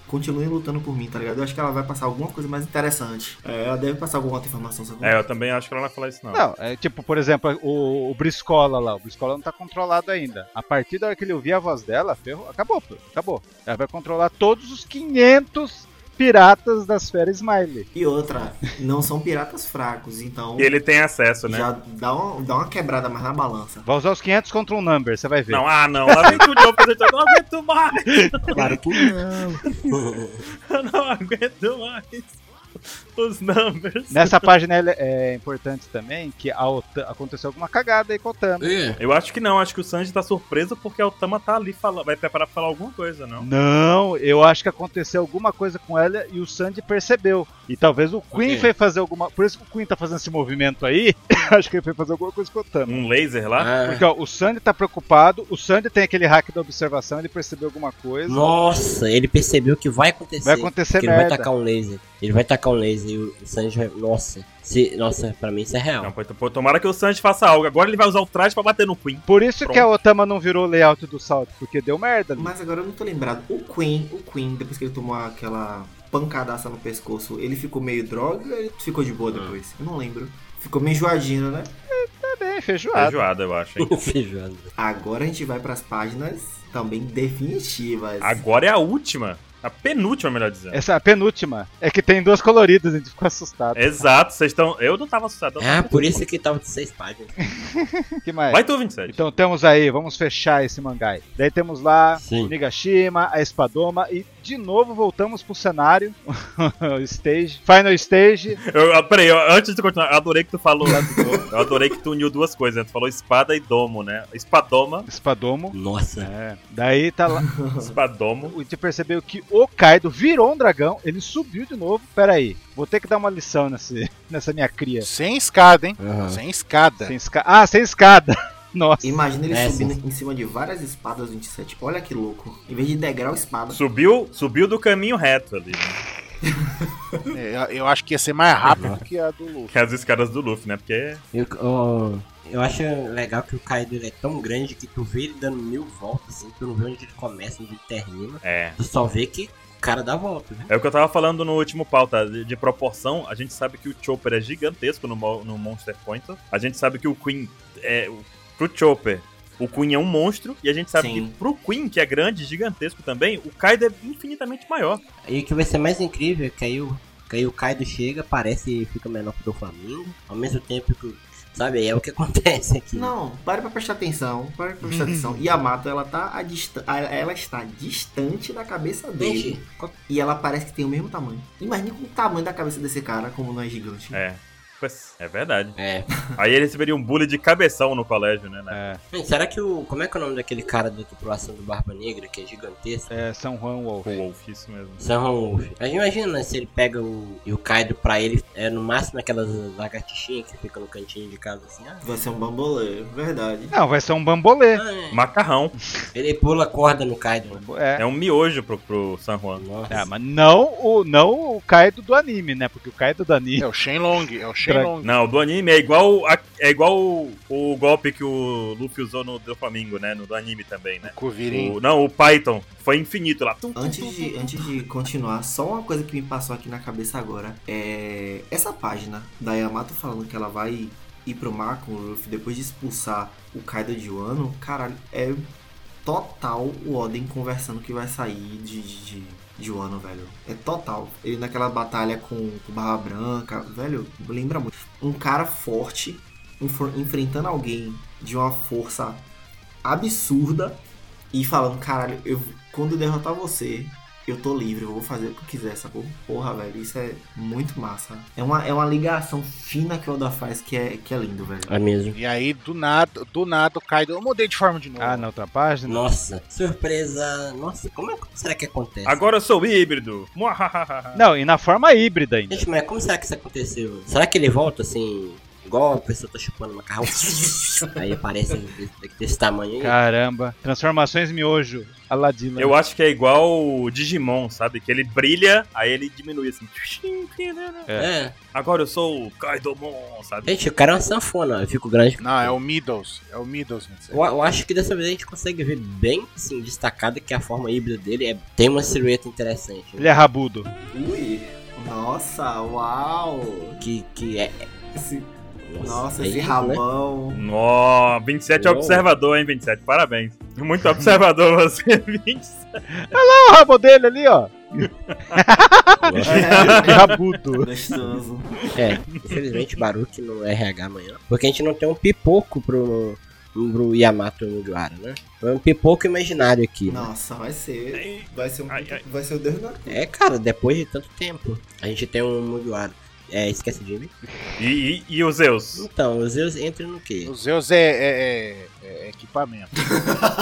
Speaker 5: continuem lutando por mim, tá ligado? Eu acho que ela vai passar alguma coisa mais interessante. É, ela deve passar alguma outra informação sobre
Speaker 1: É, eu também acho que ela não vai falar isso, não.
Speaker 4: Não, é tipo, por exemplo, o, o Briscola lá. O Briscola não tá controlado ainda. A partir da hora que ele ouvir a voz dela, ferrou, acabou, pô, acabou. Ela vai controlar todos os 500 piratas da esfera Smiley.
Speaker 5: E outra, não são piratas fracos, então
Speaker 1: E ele tem acesso, né?
Speaker 5: já dá, uma, dá uma quebrada mais na balança.
Speaker 4: Vai usar os 500 contra um number, você vai ver.
Speaker 1: Não, ah, não. Lá vem tu de novo fazer tudo. Não aguento mais.
Speaker 2: Claro que não.
Speaker 1: Eu não aguento mais. Os numbers.
Speaker 4: Nessa página é é importante também que a OTAN- aconteceu alguma cagada aí com a OTAN.
Speaker 2: É.
Speaker 1: Eu acho que não. Acho que o Sanji tá surpreso porque a Otama tá ali. Fala... Vai preparar pra falar alguma coisa, não?
Speaker 4: Não, eu acho que aconteceu alguma coisa com ela e o Sandy percebeu. E talvez o Queen
Speaker 2: Ok.
Speaker 4: foi fazer alguma. Por isso que o Queen tá fazendo esse movimento aí. acho que ele foi fazer alguma coisa com o Tama.
Speaker 1: Um laser lá?
Speaker 2: Ah,
Speaker 4: Porque ó, o Sandy tá preocupado, o Sandy tem aquele hack da observação, ele percebeu alguma coisa.
Speaker 2: Nossa, ele percebeu que vai acontecer.
Speaker 4: Vai acontecer
Speaker 2: que ele vai
Speaker 4: merda.
Speaker 2: tacar um laser. Ele vai tacar um laser e o Sanji vai. Nossa, se... nossa, pra mim isso é real.
Speaker 1: Não, pô, então, pô, tomara que o Sanji faça algo. Agora ele vai usar o traje pra bater no
Speaker 2: um
Speaker 1: Queen.
Speaker 4: Por isso
Speaker 1: Pronto.
Speaker 4: que a Otama não virou layout do salto, porque deu merda. ali.
Speaker 5: Mas agora eu não tô lembrado. O Queen, o Queen, depois que ele tomou aquela pancadaça no pescoço, ele ficou meio droga ele ficou de
Speaker 1: Ah.
Speaker 5: boa depois? Eu não lembro. Ficou meio enjoadinho, né?
Speaker 4: Tá bem, feijoada.
Speaker 1: Feijoada, eu acho, hein?
Speaker 2: Feijoada.
Speaker 5: Agora a gente vai pras páginas também definitivas.
Speaker 1: Agora é a última. A penúltima, melhor dizendo.
Speaker 4: Essa é a penúltima. É que tem duas coloridas, a gente ficou assustado.
Speaker 2: É.
Speaker 1: Exato, vocês estão. Eu não tava assustado. eu
Speaker 2: Ah,
Speaker 1: tava-
Speaker 2: por isso que tava de seis páginas.
Speaker 4: que mais?
Speaker 1: Vai tu, 27.
Speaker 4: Então temos aí, vamos fechar esse mangá. Daí temos lá
Speaker 2: Sim.
Speaker 4: Nigashima, a Espadoma e de novo voltamos pro cenário, o stage, final stage.
Speaker 1: Eu, ah, peraí, eu- antes de continuar, eu adorei que tu falou. eu adorei que tu uniu duas coisas, né? Tu falou espada e domo, né? Espadoma,
Speaker 4: Espadomo.
Speaker 2: Nossa.
Speaker 4: É. Daí tá lá.
Speaker 1: espadomo.
Speaker 4: A gente percebeu que o Kaido virou um dragão, ele subiu de novo. Pera aí, vou ter que dar uma lição nesse, nessa minha cria.
Speaker 3: Sem escada, hein?
Speaker 2: Aham.
Speaker 3: Sem escada.
Speaker 4: Sem esca... Ah, sem escada! Nossa.
Speaker 5: Imagina ele
Speaker 2: É,
Speaker 5: subindo em cima de várias espadas 27. Olha que louco. Em vez de degrau, espada.
Speaker 1: Subiu, subiu do caminho reto ali. Né?
Speaker 3: É, Eu, eu acho que ia ser mais rápido que a do Luffy.
Speaker 1: Que é as escadas do Luffy, né? Porque.
Speaker 2: Eu, eu, eu acho legal que o Kaido ele é tão grande que tu vê ele dando mil voltas, assim, tu não vê onde ele começa, onde ele termina.
Speaker 1: É.
Speaker 2: Tu só vê que o cara dá volta, né?
Speaker 1: É o que eu tava falando no último pauta, de, de proporção. A gente sabe que o Chopper é gigantesco no, Mo- no Monster Pointer. A gente sabe que o Queen é. o- Pro Chopper, o Queen é um monstro. E a gente sabe
Speaker 5: Sim.
Speaker 1: que pro Queen, que é grande, gigantesco também, o Kaido é infinitamente maior.
Speaker 2: E o que vai ser mais incrível é que aí o, que aí o Kaido chega, parece e fica menor que o do Flamengo, ao mesmo tempo que. o- Sabe, é o que acontece aqui.
Speaker 5: Não, pare pra prestar atenção. Pare pra prestar atenção. Yamato, ela tá a dista- a- ela está distante da cabeça dele.
Speaker 2: Gente,
Speaker 5: E ela parece que tem o mesmo tamanho. Imagina com o tamanho da cabeça desse cara, como não é gigante.
Speaker 1: É. Pois, É verdade.
Speaker 2: É.
Speaker 1: Aí ele receberia um bullying de cabeção no colégio, né? né?
Speaker 4: É,
Speaker 2: Gente, será que o. Como é que é o nome daquele cara da tripulação do Barba Negra, que é gigantesco?
Speaker 4: é São Juan Wolf.
Speaker 1: O Wolf, isso mesmo.
Speaker 2: São Wolf. Mas imagina né, se ele pega o, e o Kaido pra ele, é no máximo aquelas lagartixinhas que ficam no cantinho de casa assim. Ah,
Speaker 5: Vai ser um bambolê, verdade.
Speaker 4: Não, vai ser um bambolê.
Speaker 2: ah, é.
Speaker 1: Macarrão.
Speaker 2: Ele pula a corda no Kaido.
Speaker 4: É.
Speaker 1: É um miojo pro, pro San Juan.
Speaker 2: Nossa.
Speaker 4: Ah, mas não o, não o Kaido do anime, né? Porque o Kaido do anime.
Speaker 3: É o Shenlong, é o Shenlong.
Speaker 1: Não, do anime é igual a- é igual o, o golpe que o Luffy usou no do Flamengo, né? No do anime também, né?
Speaker 3: Kuvirin.
Speaker 1: O- não, o Python foi infinito lá. Tum, tum, tum,
Speaker 5: Antes de,
Speaker 1: tum.
Speaker 5: antes de continuar, só uma coisa que me passou aqui na cabeça agora. É. Essa página da Yamato falando que ela vai ir pro mar com o Luffy depois de expulsar o Kaido de Wano, caralho, é total o Oden conversando que vai sair de, de, de, de Wano, velho. É total. Ele naquela batalha com, com Barra Branca, velho, lembra muito. Um cara forte enfo- enfrentando alguém de uma força absurda e falando, caralho, eu, quando eu derrotar você, eu tô livre, eu vou fazer o que eu quiser, sacou? Porra, velho, isso é muito massa. É uma, é uma ligação fina que o Oda faz que é, que é lindo, velho.
Speaker 2: É mesmo.
Speaker 3: E aí, do nada, do nada, o Kaido. Eu mudei de forma de novo.
Speaker 4: Ah, na outra página?
Speaker 2: Nossa, surpresa. Nossa, como é como será que acontece?
Speaker 1: Agora eu sou híbrido. Muahahaha.
Speaker 4: Não, e na forma híbrida ainda.
Speaker 2: Gente, mas como será que isso aconteceu? Será que ele volta assim, Igual a pessoa tá chupando macarrão. aí aparece desse, desse tamanho aí.
Speaker 4: Caramba. Transformações miojo. né? Aladino.
Speaker 1: Eu acho que é igual o Digimon, sabe? Que ele brilha, aí ele diminui assim.
Speaker 2: É.
Speaker 1: Agora eu sou o Kaidomon, sabe?
Speaker 2: Gente, o cara é uma sanfona. Eu fico grande.
Speaker 3: Não, é o Middles. É o Middles, não sei.
Speaker 2: Eu, eu acho que dessa vez a gente consegue ver bem assim, destacado que a forma híbrida dele é, tem uma silhueta interessante. né?
Speaker 4: Ele é rabudo.
Speaker 5: Ui. Nossa, uau.
Speaker 2: Que, que é.
Speaker 5: Esse- nossa,
Speaker 2: é
Speaker 5: esse
Speaker 2: isso, né?
Speaker 5: rabão.
Speaker 1: Nó, 27 é
Speaker 2: Uou.
Speaker 1: observador, hein, 27? Parabéns. Muito observador você, 27.
Speaker 4: Olha o rabo dele ali, ó. Que
Speaker 5: É,
Speaker 4: rabudo.
Speaker 5: gostoso.
Speaker 2: É, infelizmente Baruque no RH amanhã. Porque a gente não tem um pipoco pro, pro Yamato Mugiwara, né? É um pipoco imaginário aqui. né?
Speaker 5: Nossa, vai ser. Vai ser um.
Speaker 1: Ai, ai.
Speaker 5: Vai ser o Deus da.
Speaker 2: É, cara, depois de tanto tempo, a gente tem um Mugiwara. É, esquece de mim.
Speaker 1: E, e, e o Zeus?
Speaker 2: Então, os Zeus entram no quê?
Speaker 3: O Zeus é, é- é- é equipamento.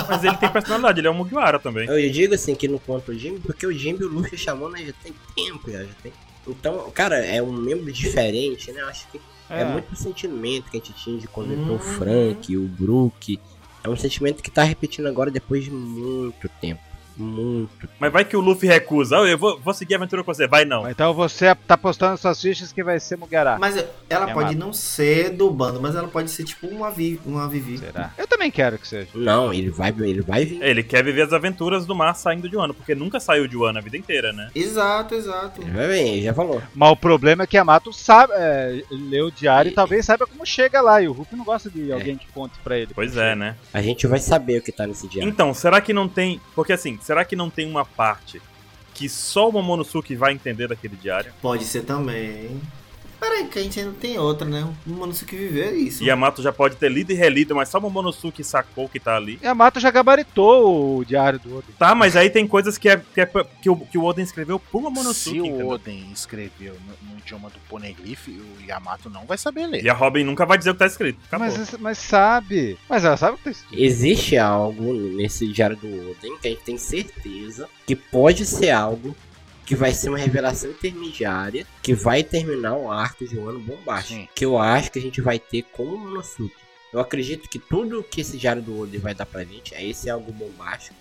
Speaker 1: Mas ele tem personalidade, ele é um Mugiwara também.
Speaker 2: Eu digo assim que não conta o Jimmy, porque o Jimmy o Luffy chamou, né? Já tem tempo, já, já tem. Então, cara, é um membro diferente, né? Eu acho que é, muito sentimento que a gente tinha de quando entrou o Frank, o Brook. É um sentimento que tá repetindo agora depois de muito tempo. Muito.
Speaker 1: Mas vai que o Luffy recusa. "Ah, Eu vou, vou seguir a aventura com você. Vai não.
Speaker 4: Então você tá postando suas fichas que vai ser Mugará.
Speaker 5: Mas ela
Speaker 4: É
Speaker 5: pode
Speaker 4: mato.
Speaker 5: não ser do bando, mas ela pode ser tipo uma, vi, uma Vivi.
Speaker 4: Será? Eu também quero que seja.
Speaker 2: Não, ele vai, ele vai vir.
Speaker 1: Ele quer viver as aventuras do mar saindo de Wano, porque nunca saiu de Wano a vida inteira, né?
Speaker 5: Exato, exato.
Speaker 2: Ele vai vir, ele já falou.
Speaker 4: Mas o problema é que a Mato sabe, é, lê o diário e talvez saiba como chega lá. E o Hulk não gosta de alguém que conte pra ele.
Speaker 1: É. Pois é, né?
Speaker 2: A gente vai saber o que tá nesse dia.
Speaker 1: Então, será que não tem. Porque assim, será que não tem uma parte que só o Momonosuke vai entender daquele diário?
Speaker 5: Pode ser também. Peraí, que a gente ainda tem outra, né? O Monosuke viver é isso.
Speaker 1: Yamato já pode ter lido e relido, mas só o Momonosuke sacou que tá ali.
Speaker 4: E a Mato já gabaritou o diário do Oden.
Speaker 1: Tá, mas aí tem coisas que, é, que, é pra- que o, que o Oden escreveu pro Momonosuke.
Speaker 3: Se o
Speaker 1: entendeu?
Speaker 3: Oden escreveu no, no idioma do Poneglyph, o Yamato não vai saber ler.
Speaker 1: E a Robin nunca vai dizer o que tá escrito. Acabou.
Speaker 4: Mas, é- mas sabe. Mas ela sabe o que tá escrito.
Speaker 2: Existe algo nesse diário do Oden que a gente tem certeza que pode ser algo que vai ser uma revelação intermediária que vai terminar o arco de um ano bombástico.
Speaker 3: Sim.
Speaker 2: Que eu acho que a gente vai ter como o Monosuke. Eu acredito que tudo que esse diário do Oden vai dar pra gente é esse algo bombástico.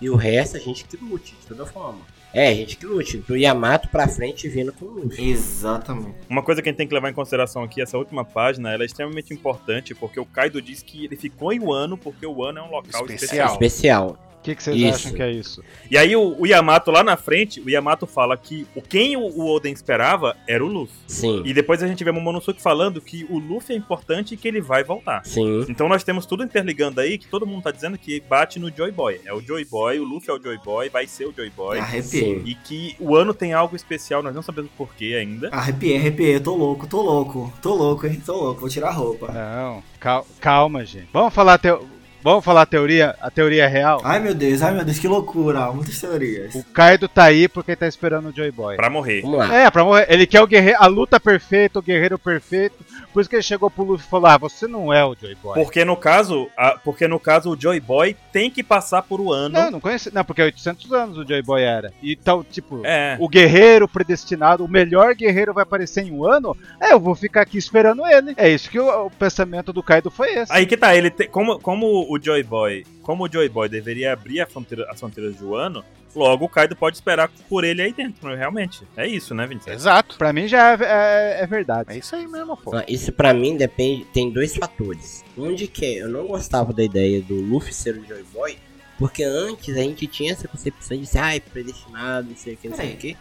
Speaker 2: E o resto a gente que lute, de toda forma. É, a gente que lute. Do Yamato pra frente vindo com um o Luffy.
Speaker 5: Exatamente.
Speaker 1: Uma coisa que a gente tem que levar em consideração aqui, essa última página, ela é extremamente importante, porque o Kaido diz que ele ficou em Wano, porque o Wano é um local especial.
Speaker 3: Especial.
Speaker 2: Especial.
Speaker 4: O que, que vocês
Speaker 2: Isso.
Speaker 4: acham que é isso?
Speaker 1: E aí o, o Yamato lá na frente, o Yamato fala que o- quem o, o Oden esperava era o Luffy.
Speaker 2: Sim.
Speaker 1: E depois a gente vê o Momonosuke falando que o Luffy é importante e que ele vai voltar.
Speaker 2: Sim.
Speaker 1: Então nós temos tudo interligando aí, que todo mundo tá dizendo que bate no Joy Boy. É o Joy Boy, o Luffy é o Joy Boy, vai ser o Joy Boy.
Speaker 4: Ah.
Speaker 5: Arrepiei.
Speaker 2: Sim.
Speaker 1: E que o ano tem algo especial, nós não sabemos por porquê ainda.
Speaker 5: Arrepiei, arrepiei. Tô louco, tô louco. Tô louco, hein? Tô louco. Vou tirar a roupa.
Speaker 4: Não, cal- calma, gente. Vamos falar, a teo- Vamos falar a teoria, a teoria é real?
Speaker 5: Ai meu Deus, ai meu Deus, que loucura. Muitas teorias.
Speaker 4: O Kaido tá aí porque tá esperando o Joy Boy.
Speaker 1: Pra morrer.
Speaker 2: Vamos lá.
Speaker 4: É, pra morrer. Ele quer o guerreiro, a luta perfeita, o guerreiro perfeito. Por isso que ele chegou pro Luffy e falou: Ah, você não é o Joy Boy.
Speaker 1: Porque no caso, a- porque no caso o Joy Boy tem que passar por o ano.
Speaker 4: Não, não conhece. Não, porque é 800 anos o Joy Boy era. Então, tipo,
Speaker 1: É.
Speaker 4: o guerreiro predestinado, o melhor guerreiro vai aparecer em um ano. É, eu vou ficar aqui esperando ele. É isso que o, o pensamento do Kaido foi esse.
Speaker 1: Aí que tá, ele te- como, como o Joy Boy, como o Joy Boy deveria abrir a fronteira, as fronteiras de Wano, logo o Kaido pode esperar por ele aí dentro, realmente. É isso, né, 27?
Speaker 3: Exato.
Speaker 4: Pra mim já é, é- é verdade.
Speaker 3: É isso aí mesmo, pô.
Speaker 2: Ah, Isso pra mim depende, tem dois fatores. Um de que eu não gostava da ideia do Luffy ser o Joy Boy, porque antes a gente tinha essa concepção de ser, ah, é predestinado, não sei o que, não sei o que.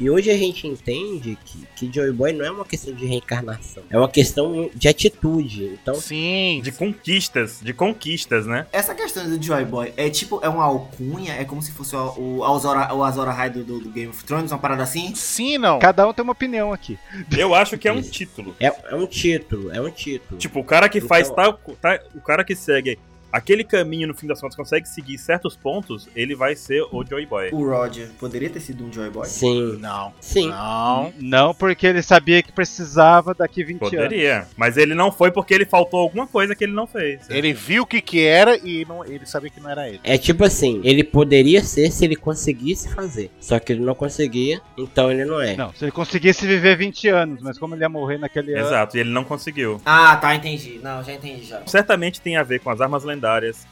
Speaker 2: E hoje a gente entende que, que Joy Boy não é uma questão de reencarnação, é uma questão de atitude. Então,
Speaker 3: Sim.
Speaker 1: De conquistas, de conquistas, né?
Speaker 5: Essa questão do Joy Boy é tipo, é uma alcunha, é como se fosse o, o, Azora, o Azora High do, do- do Game of Thrones, uma parada assim?
Speaker 3: Sim, não.
Speaker 4: Cada um tem uma opinião aqui.
Speaker 1: Eu acho que é um título.
Speaker 2: é, é um título, é um título.
Speaker 1: Tipo, o cara que faz
Speaker 2: Então-
Speaker 1: tal, co- tá- o cara que segue a aquele caminho, no fim das contas, consegue seguir certos pontos, ele vai ser o Joy Boy.
Speaker 5: O Roger poderia ter sido um Joy Boy?
Speaker 2: Sim.
Speaker 3: Não.
Speaker 2: Sim.
Speaker 3: Não.
Speaker 4: Não porque ele sabia que precisava daqui 20 anos.
Speaker 1: Poderia. Mas ele não foi porque ele faltou alguma coisa que ele não fez.
Speaker 3: Ele viu o que que era e não, ele sabia que não era ele.
Speaker 2: É tipo assim, ele poderia ser se ele conseguisse fazer. Só que ele não conseguia, então ele não é.
Speaker 4: Não, se ele conseguisse viver 20 anos, mas como ele ia morrer naquele
Speaker 3: é.
Speaker 4: ano.
Speaker 1: Exato, e ele não conseguiu.
Speaker 5: Ah, tá, entendi. Não, já entendi já.
Speaker 1: Certamente tem a ver com as armas lendárias,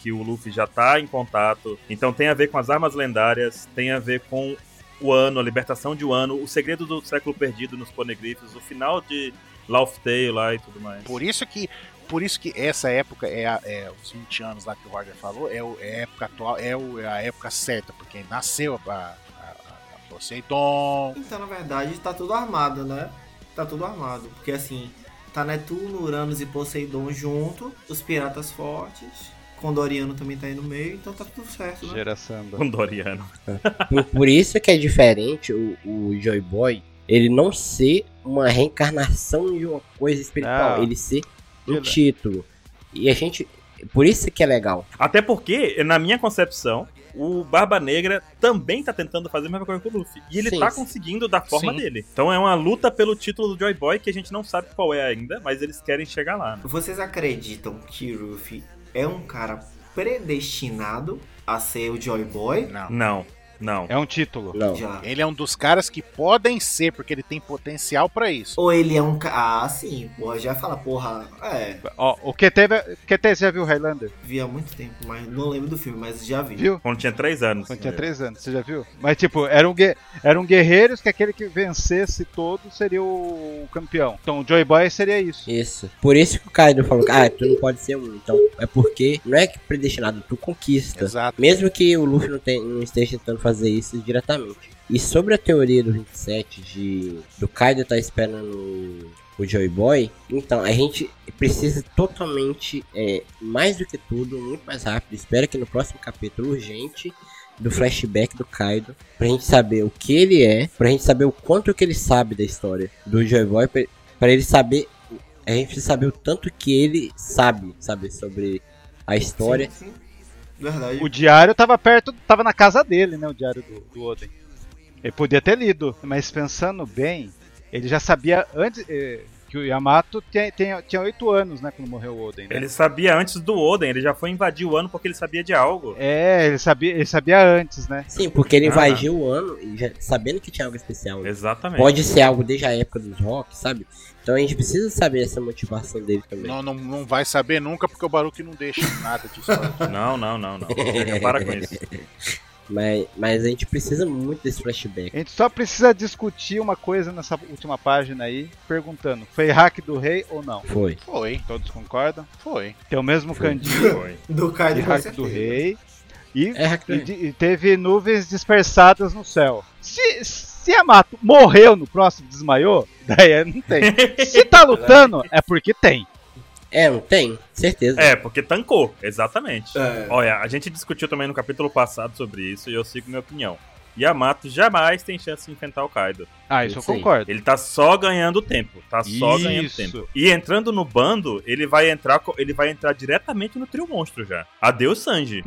Speaker 1: que o Luffy já tá em contato. Então tem a ver com as armas lendárias, tem a ver com o ano, a libertação de um ano, o segredo do século perdido nos ponegrifos, o final de Laugh Tale lá e tudo mais.
Speaker 3: Por isso que, por isso que essa época é, a- é os 20 anos lá que o Wagner falou, é, o- é a época atual, é, o- é a época certa, porque nasceu a, a, a- a Poseidon.
Speaker 5: Então, na verdade, tá tudo armado, né? Tá tudo armado. Porque assim, tá Netuno, Uranus e Poseidon junto, os piratas fortes, Condoriano também tá aí no meio, então tá tudo certo, né?
Speaker 4: Geração. da-
Speaker 1: Com Doriano.
Speaker 2: Por, por isso que é diferente o, o Joy Boy, ele não ser uma reencarnação de uma coisa espiritual,
Speaker 4: Não.
Speaker 2: ele ser um
Speaker 4: Ele-
Speaker 2: título. E a gente. Por isso que é legal.
Speaker 1: Até porque, na minha concepção, o Barba Negra também tá tentando fazer a mesma coisa que o Luffy. E ele
Speaker 2: Sim.
Speaker 1: tá conseguindo da forma
Speaker 2: Sim.
Speaker 1: dele. Então é uma luta pelo título do Joy Boy que a gente não sabe qual é ainda, mas eles querem chegar lá. Né?
Speaker 5: Vocês acreditam que Ruffy é um cara predestinado a ser o Joy Boy?
Speaker 3: Não.
Speaker 1: Não, não.
Speaker 4: É um título.
Speaker 2: Não.
Speaker 5: Já.
Speaker 3: Ele é um dos caras que podem ser, porque ele tem potencial pra isso.
Speaker 5: Ou ele é um cara. Ah, sim, porra, já fala, porra, é,
Speaker 4: Ó, o QT, vai- o QT já viu Highlander?
Speaker 5: vi há muito tempo, mas não lembro do filme, mas já vi.
Speaker 4: Viu?
Speaker 1: Quando tinha três anos.
Speaker 4: Quando tinha três anos, você já viu? Mas tipo, eram, gue- eram guerreiros que aquele que vencesse todo seria o campeão. Então o Joy Boy seria isso.
Speaker 2: Isso. Por isso que o Kaido falou, ah, tu não pode ser um. Então, é porque não é que predestinado, tu conquista.
Speaker 3: Exato.
Speaker 2: Mesmo que o Luffy não, tenha- não esteja tentando fazer isso diretamente. E sobre a teoria do 27 de do Kaido tá esperando o Joy Boy, então a gente precisa totalmente, é, mais do que tudo, muito mais rápido. Espero que no próximo capítulo urgente do flashback do Kaido, pra gente saber o que ele é, pra gente saber o quanto que ele sabe da história do Joy Boy, pra, pra ele saber, a gente precisa saber o tanto que ele sabe, sabe sobre a história.
Speaker 5: Sim, sim. Verdade.
Speaker 4: O diário tava perto, tava na casa dele, né? O diário do, do Oden. Ele podia ter lido, mas pensando bem, ele já sabia antes eh, que o Yamato tinha- tinha tinha oito anos, né? Quando morreu o Oden. Né?
Speaker 1: Ele sabia antes do Oden, ele já foi invadir o ano porque ele sabia de algo.
Speaker 4: É, ele sabia, ele sabia antes, né?
Speaker 2: Sim, porque ele
Speaker 1: Ah.
Speaker 2: invadiu o ano e já- sabendo que tinha algo especial. né?
Speaker 1: Exatamente.
Speaker 2: Pode ser algo desde a época dos rock, sabe? Então a gente precisa saber essa motivação dele também.
Speaker 3: Não, não, não vai saber nunca, porque o Baruque não deixa nada disso.
Speaker 1: Não, não, não, não. Chega, para com isso.
Speaker 2: Mas, mas a gente precisa muito desse flashback.
Speaker 4: A gente só precisa discutir uma coisa nessa última página aí, perguntando: foi hack do rei ou não?
Speaker 2: Foi.
Speaker 3: Foi,
Speaker 4: Todos concordam?
Speaker 3: foi.
Speaker 4: Tem o mesmo candido
Speaker 1: Foi.
Speaker 5: Do
Speaker 4: de
Speaker 5: Kaido com
Speaker 4: hack do
Speaker 5: certeza.
Speaker 4: rei e,
Speaker 2: É hack do
Speaker 4: e
Speaker 2: rei.
Speaker 4: de- e teve nuvens dispersadas no céu. Se, se Yamato morreu no próximo, desmaiou, daí é- não tem. Se tá lutando, é porque tem.
Speaker 2: É, não tem? Certeza.
Speaker 1: É, porque tancou, exatamente.
Speaker 5: É.
Speaker 1: Olha, a gente discutiu também no capítulo passado sobre isso e eu sigo minha opinião. Yamato jamais tem chance de enfrentar o Kaido.
Speaker 4: Ah, isso eu
Speaker 2: Isso aí.
Speaker 4: concordo.
Speaker 1: Ele tá só ganhando tempo, tá só
Speaker 4: Isso.
Speaker 1: ganhando tempo. E entrando no bando, ele vai entrar, co- ele vai entrar diretamente no trio monstro já. Adeus Sanji.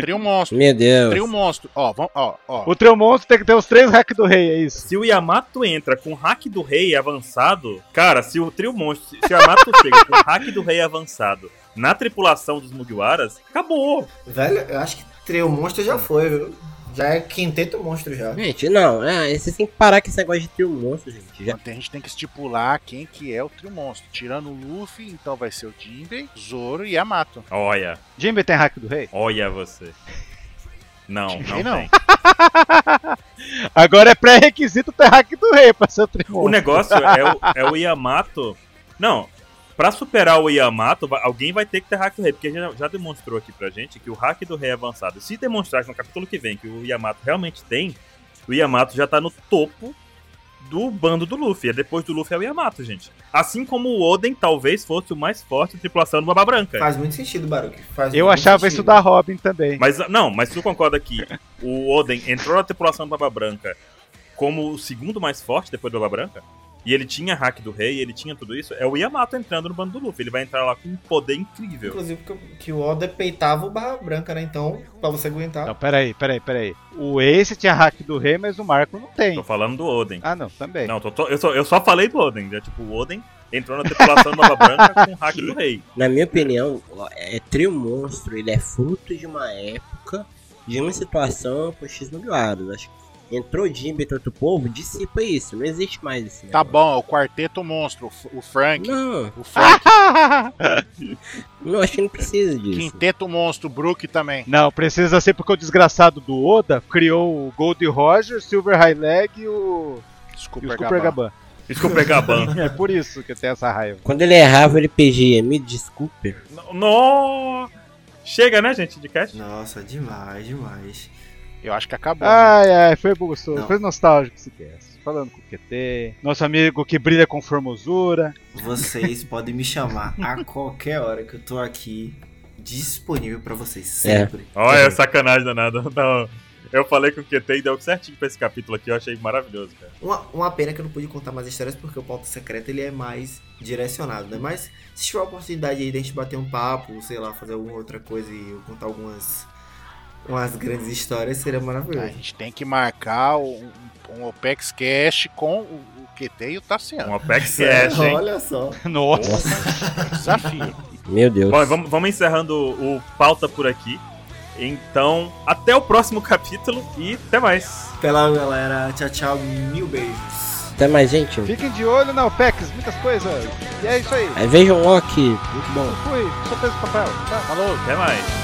Speaker 3: Trio monstro.
Speaker 2: Meu Deus.
Speaker 3: Trio monstro. Ó, vamos, ó, ó.
Speaker 4: o teu monstro tem que ter os três hack do rei, é isso.
Speaker 1: Se o Yamato entra com o hack do rei avançado, cara, se o trio monstro, se o Yamato chega com o hack do rei avançado na tripulação dos Mugiwaras, acabou.
Speaker 5: Velho, eu acho que Trio Monstro já foi, viu? Já é Quinteto Monstro já.
Speaker 2: Gente, não, é, vocês têm que parar com esse negócio de ter um monstro, gente. Já...
Speaker 3: Então, A gente tem que estipular quem que é o trio monstro. Tirando o Luffy, então vai ser o Jinbe, Zoro e Yamato.
Speaker 1: Olha,
Speaker 4: Jimbe tem hack do rei?
Speaker 1: olha você. Não, não,
Speaker 3: Quem não?
Speaker 1: tem.
Speaker 4: Agora é pré-requisito ter hack do rei pra ser o teu
Speaker 1: O
Speaker 4: monstro.
Speaker 1: negócio é o, é o Yamato. Não, pra superar o Yamato, va- alguém vai ter que ter hack do rei, porque já, já demonstrou aqui pra gente que o hack do rei é avançado. Se demonstrar no capítulo que vem que o Yamato realmente tem, o Yamato já tá no topo do bando do Luffy. É depois do Luffy é o Yamato, gente. Assim como o Oden talvez fosse o mais forte da tripulação do Baba Branca.
Speaker 5: Faz muito sentido, Baruque. Faz
Speaker 4: Eu
Speaker 5: muito
Speaker 4: achava
Speaker 5: sentido.
Speaker 4: isso da Robin também.
Speaker 1: Mas não, mas tu concorda que o Oden entrou na tripulação do Baba Branca como o segundo mais forte depois do Baba Branca? e ele tinha hack do rei, ele tinha tudo isso, é o Yamato entrando no bando do Luffy. Ele vai entrar lá com um poder incrível.
Speaker 5: Inclusive que, que o Oda peitava o Barra Branca, né? Então, pra você aguentar.
Speaker 4: Não, peraí, peraí, peraí. O Ace tinha hack do rei, mas o Marco não
Speaker 1: Tô
Speaker 4: tem.
Speaker 1: falando do Oden.
Speaker 4: Ah, não, também.
Speaker 1: Não, tô- tô- eu, só, eu só falei do Oden, né? Tipo, o Oden entrou na tripulação Nova Branca com o hack do rei.
Speaker 2: Na minha opinião, ó, é trio monstro, ele é fruto de uma época, de uma situação com X milhares. Acho que entrou Jimmy e outro povo, dissipa isso, não existe mais isso.
Speaker 3: Tá bom, é o quarteto monstro, o F- o Frank.
Speaker 2: Não,
Speaker 3: O Frank,
Speaker 2: não, acho que não precisa disso.
Speaker 3: quinteto monstro, o Brook também.
Speaker 4: Não, precisa ser porque o desgraçado do Oda criou o Gold Roger, Silver High Leg e o, e o
Speaker 3: Desculpa,
Speaker 4: Super
Speaker 3: Gaban.
Speaker 4: Gaban.
Speaker 1: Desculpa, pegar a ban.
Speaker 4: É por isso que eu tenho essa raiva.
Speaker 2: Quando ele errava, ele pedia, me desculpe.
Speaker 1: No! Chega, né, gente, de cast?
Speaker 5: Nossa, demais, demais.
Speaker 3: Eu acho que acabou. né?
Speaker 4: Ai, ai, foi gostoso,
Speaker 5: Não.
Speaker 4: foi nostálgico esse cast. Falando com o QT, nosso amigo que brilha com formosura.
Speaker 5: Vocês podem me chamar a qualquer hora que eu tô aqui disponível pra vocês,
Speaker 2: É.
Speaker 5: sempre.
Speaker 1: Olha, sacanagem danada. Não. Eu falei com o QT e deu certinho pra esse capítulo aqui, eu achei maravilhoso, cara.
Speaker 5: Uma, uma pena que eu não pude contar mais histórias porque o pauta secreto ele é mais direcionado, né? Mas se tiver a oportunidade aí de a gente bater um papo, sei lá, fazer alguma outra coisa e eu contar algumas umas grandes histórias, seria
Speaker 3: né? A
Speaker 5: maravilhoso.
Speaker 3: gente tem que marcar um, um OPEX Cash com o, o QT e o Tassiano.
Speaker 1: Um Apex Cash, hein?
Speaker 5: É, Olha só.
Speaker 4: Nossa.
Speaker 3: Desafio.
Speaker 2: Meu Deus.
Speaker 1: Bom, vamos, vamos encerrando o o pauta por aqui. Então, até o próximo capítulo e até mais.
Speaker 5: Pela galera, tchau, tchau, mil beijos.
Speaker 2: Até mais, gente.
Speaker 4: Fiquem de olho na OPEX, muitas coisas. E é isso aí.
Speaker 2: Aí vejam o Loki, muito bom.
Speaker 4: Fui, só fez o papel. tá? Tchau.
Speaker 3: Falou.
Speaker 1: Até mais.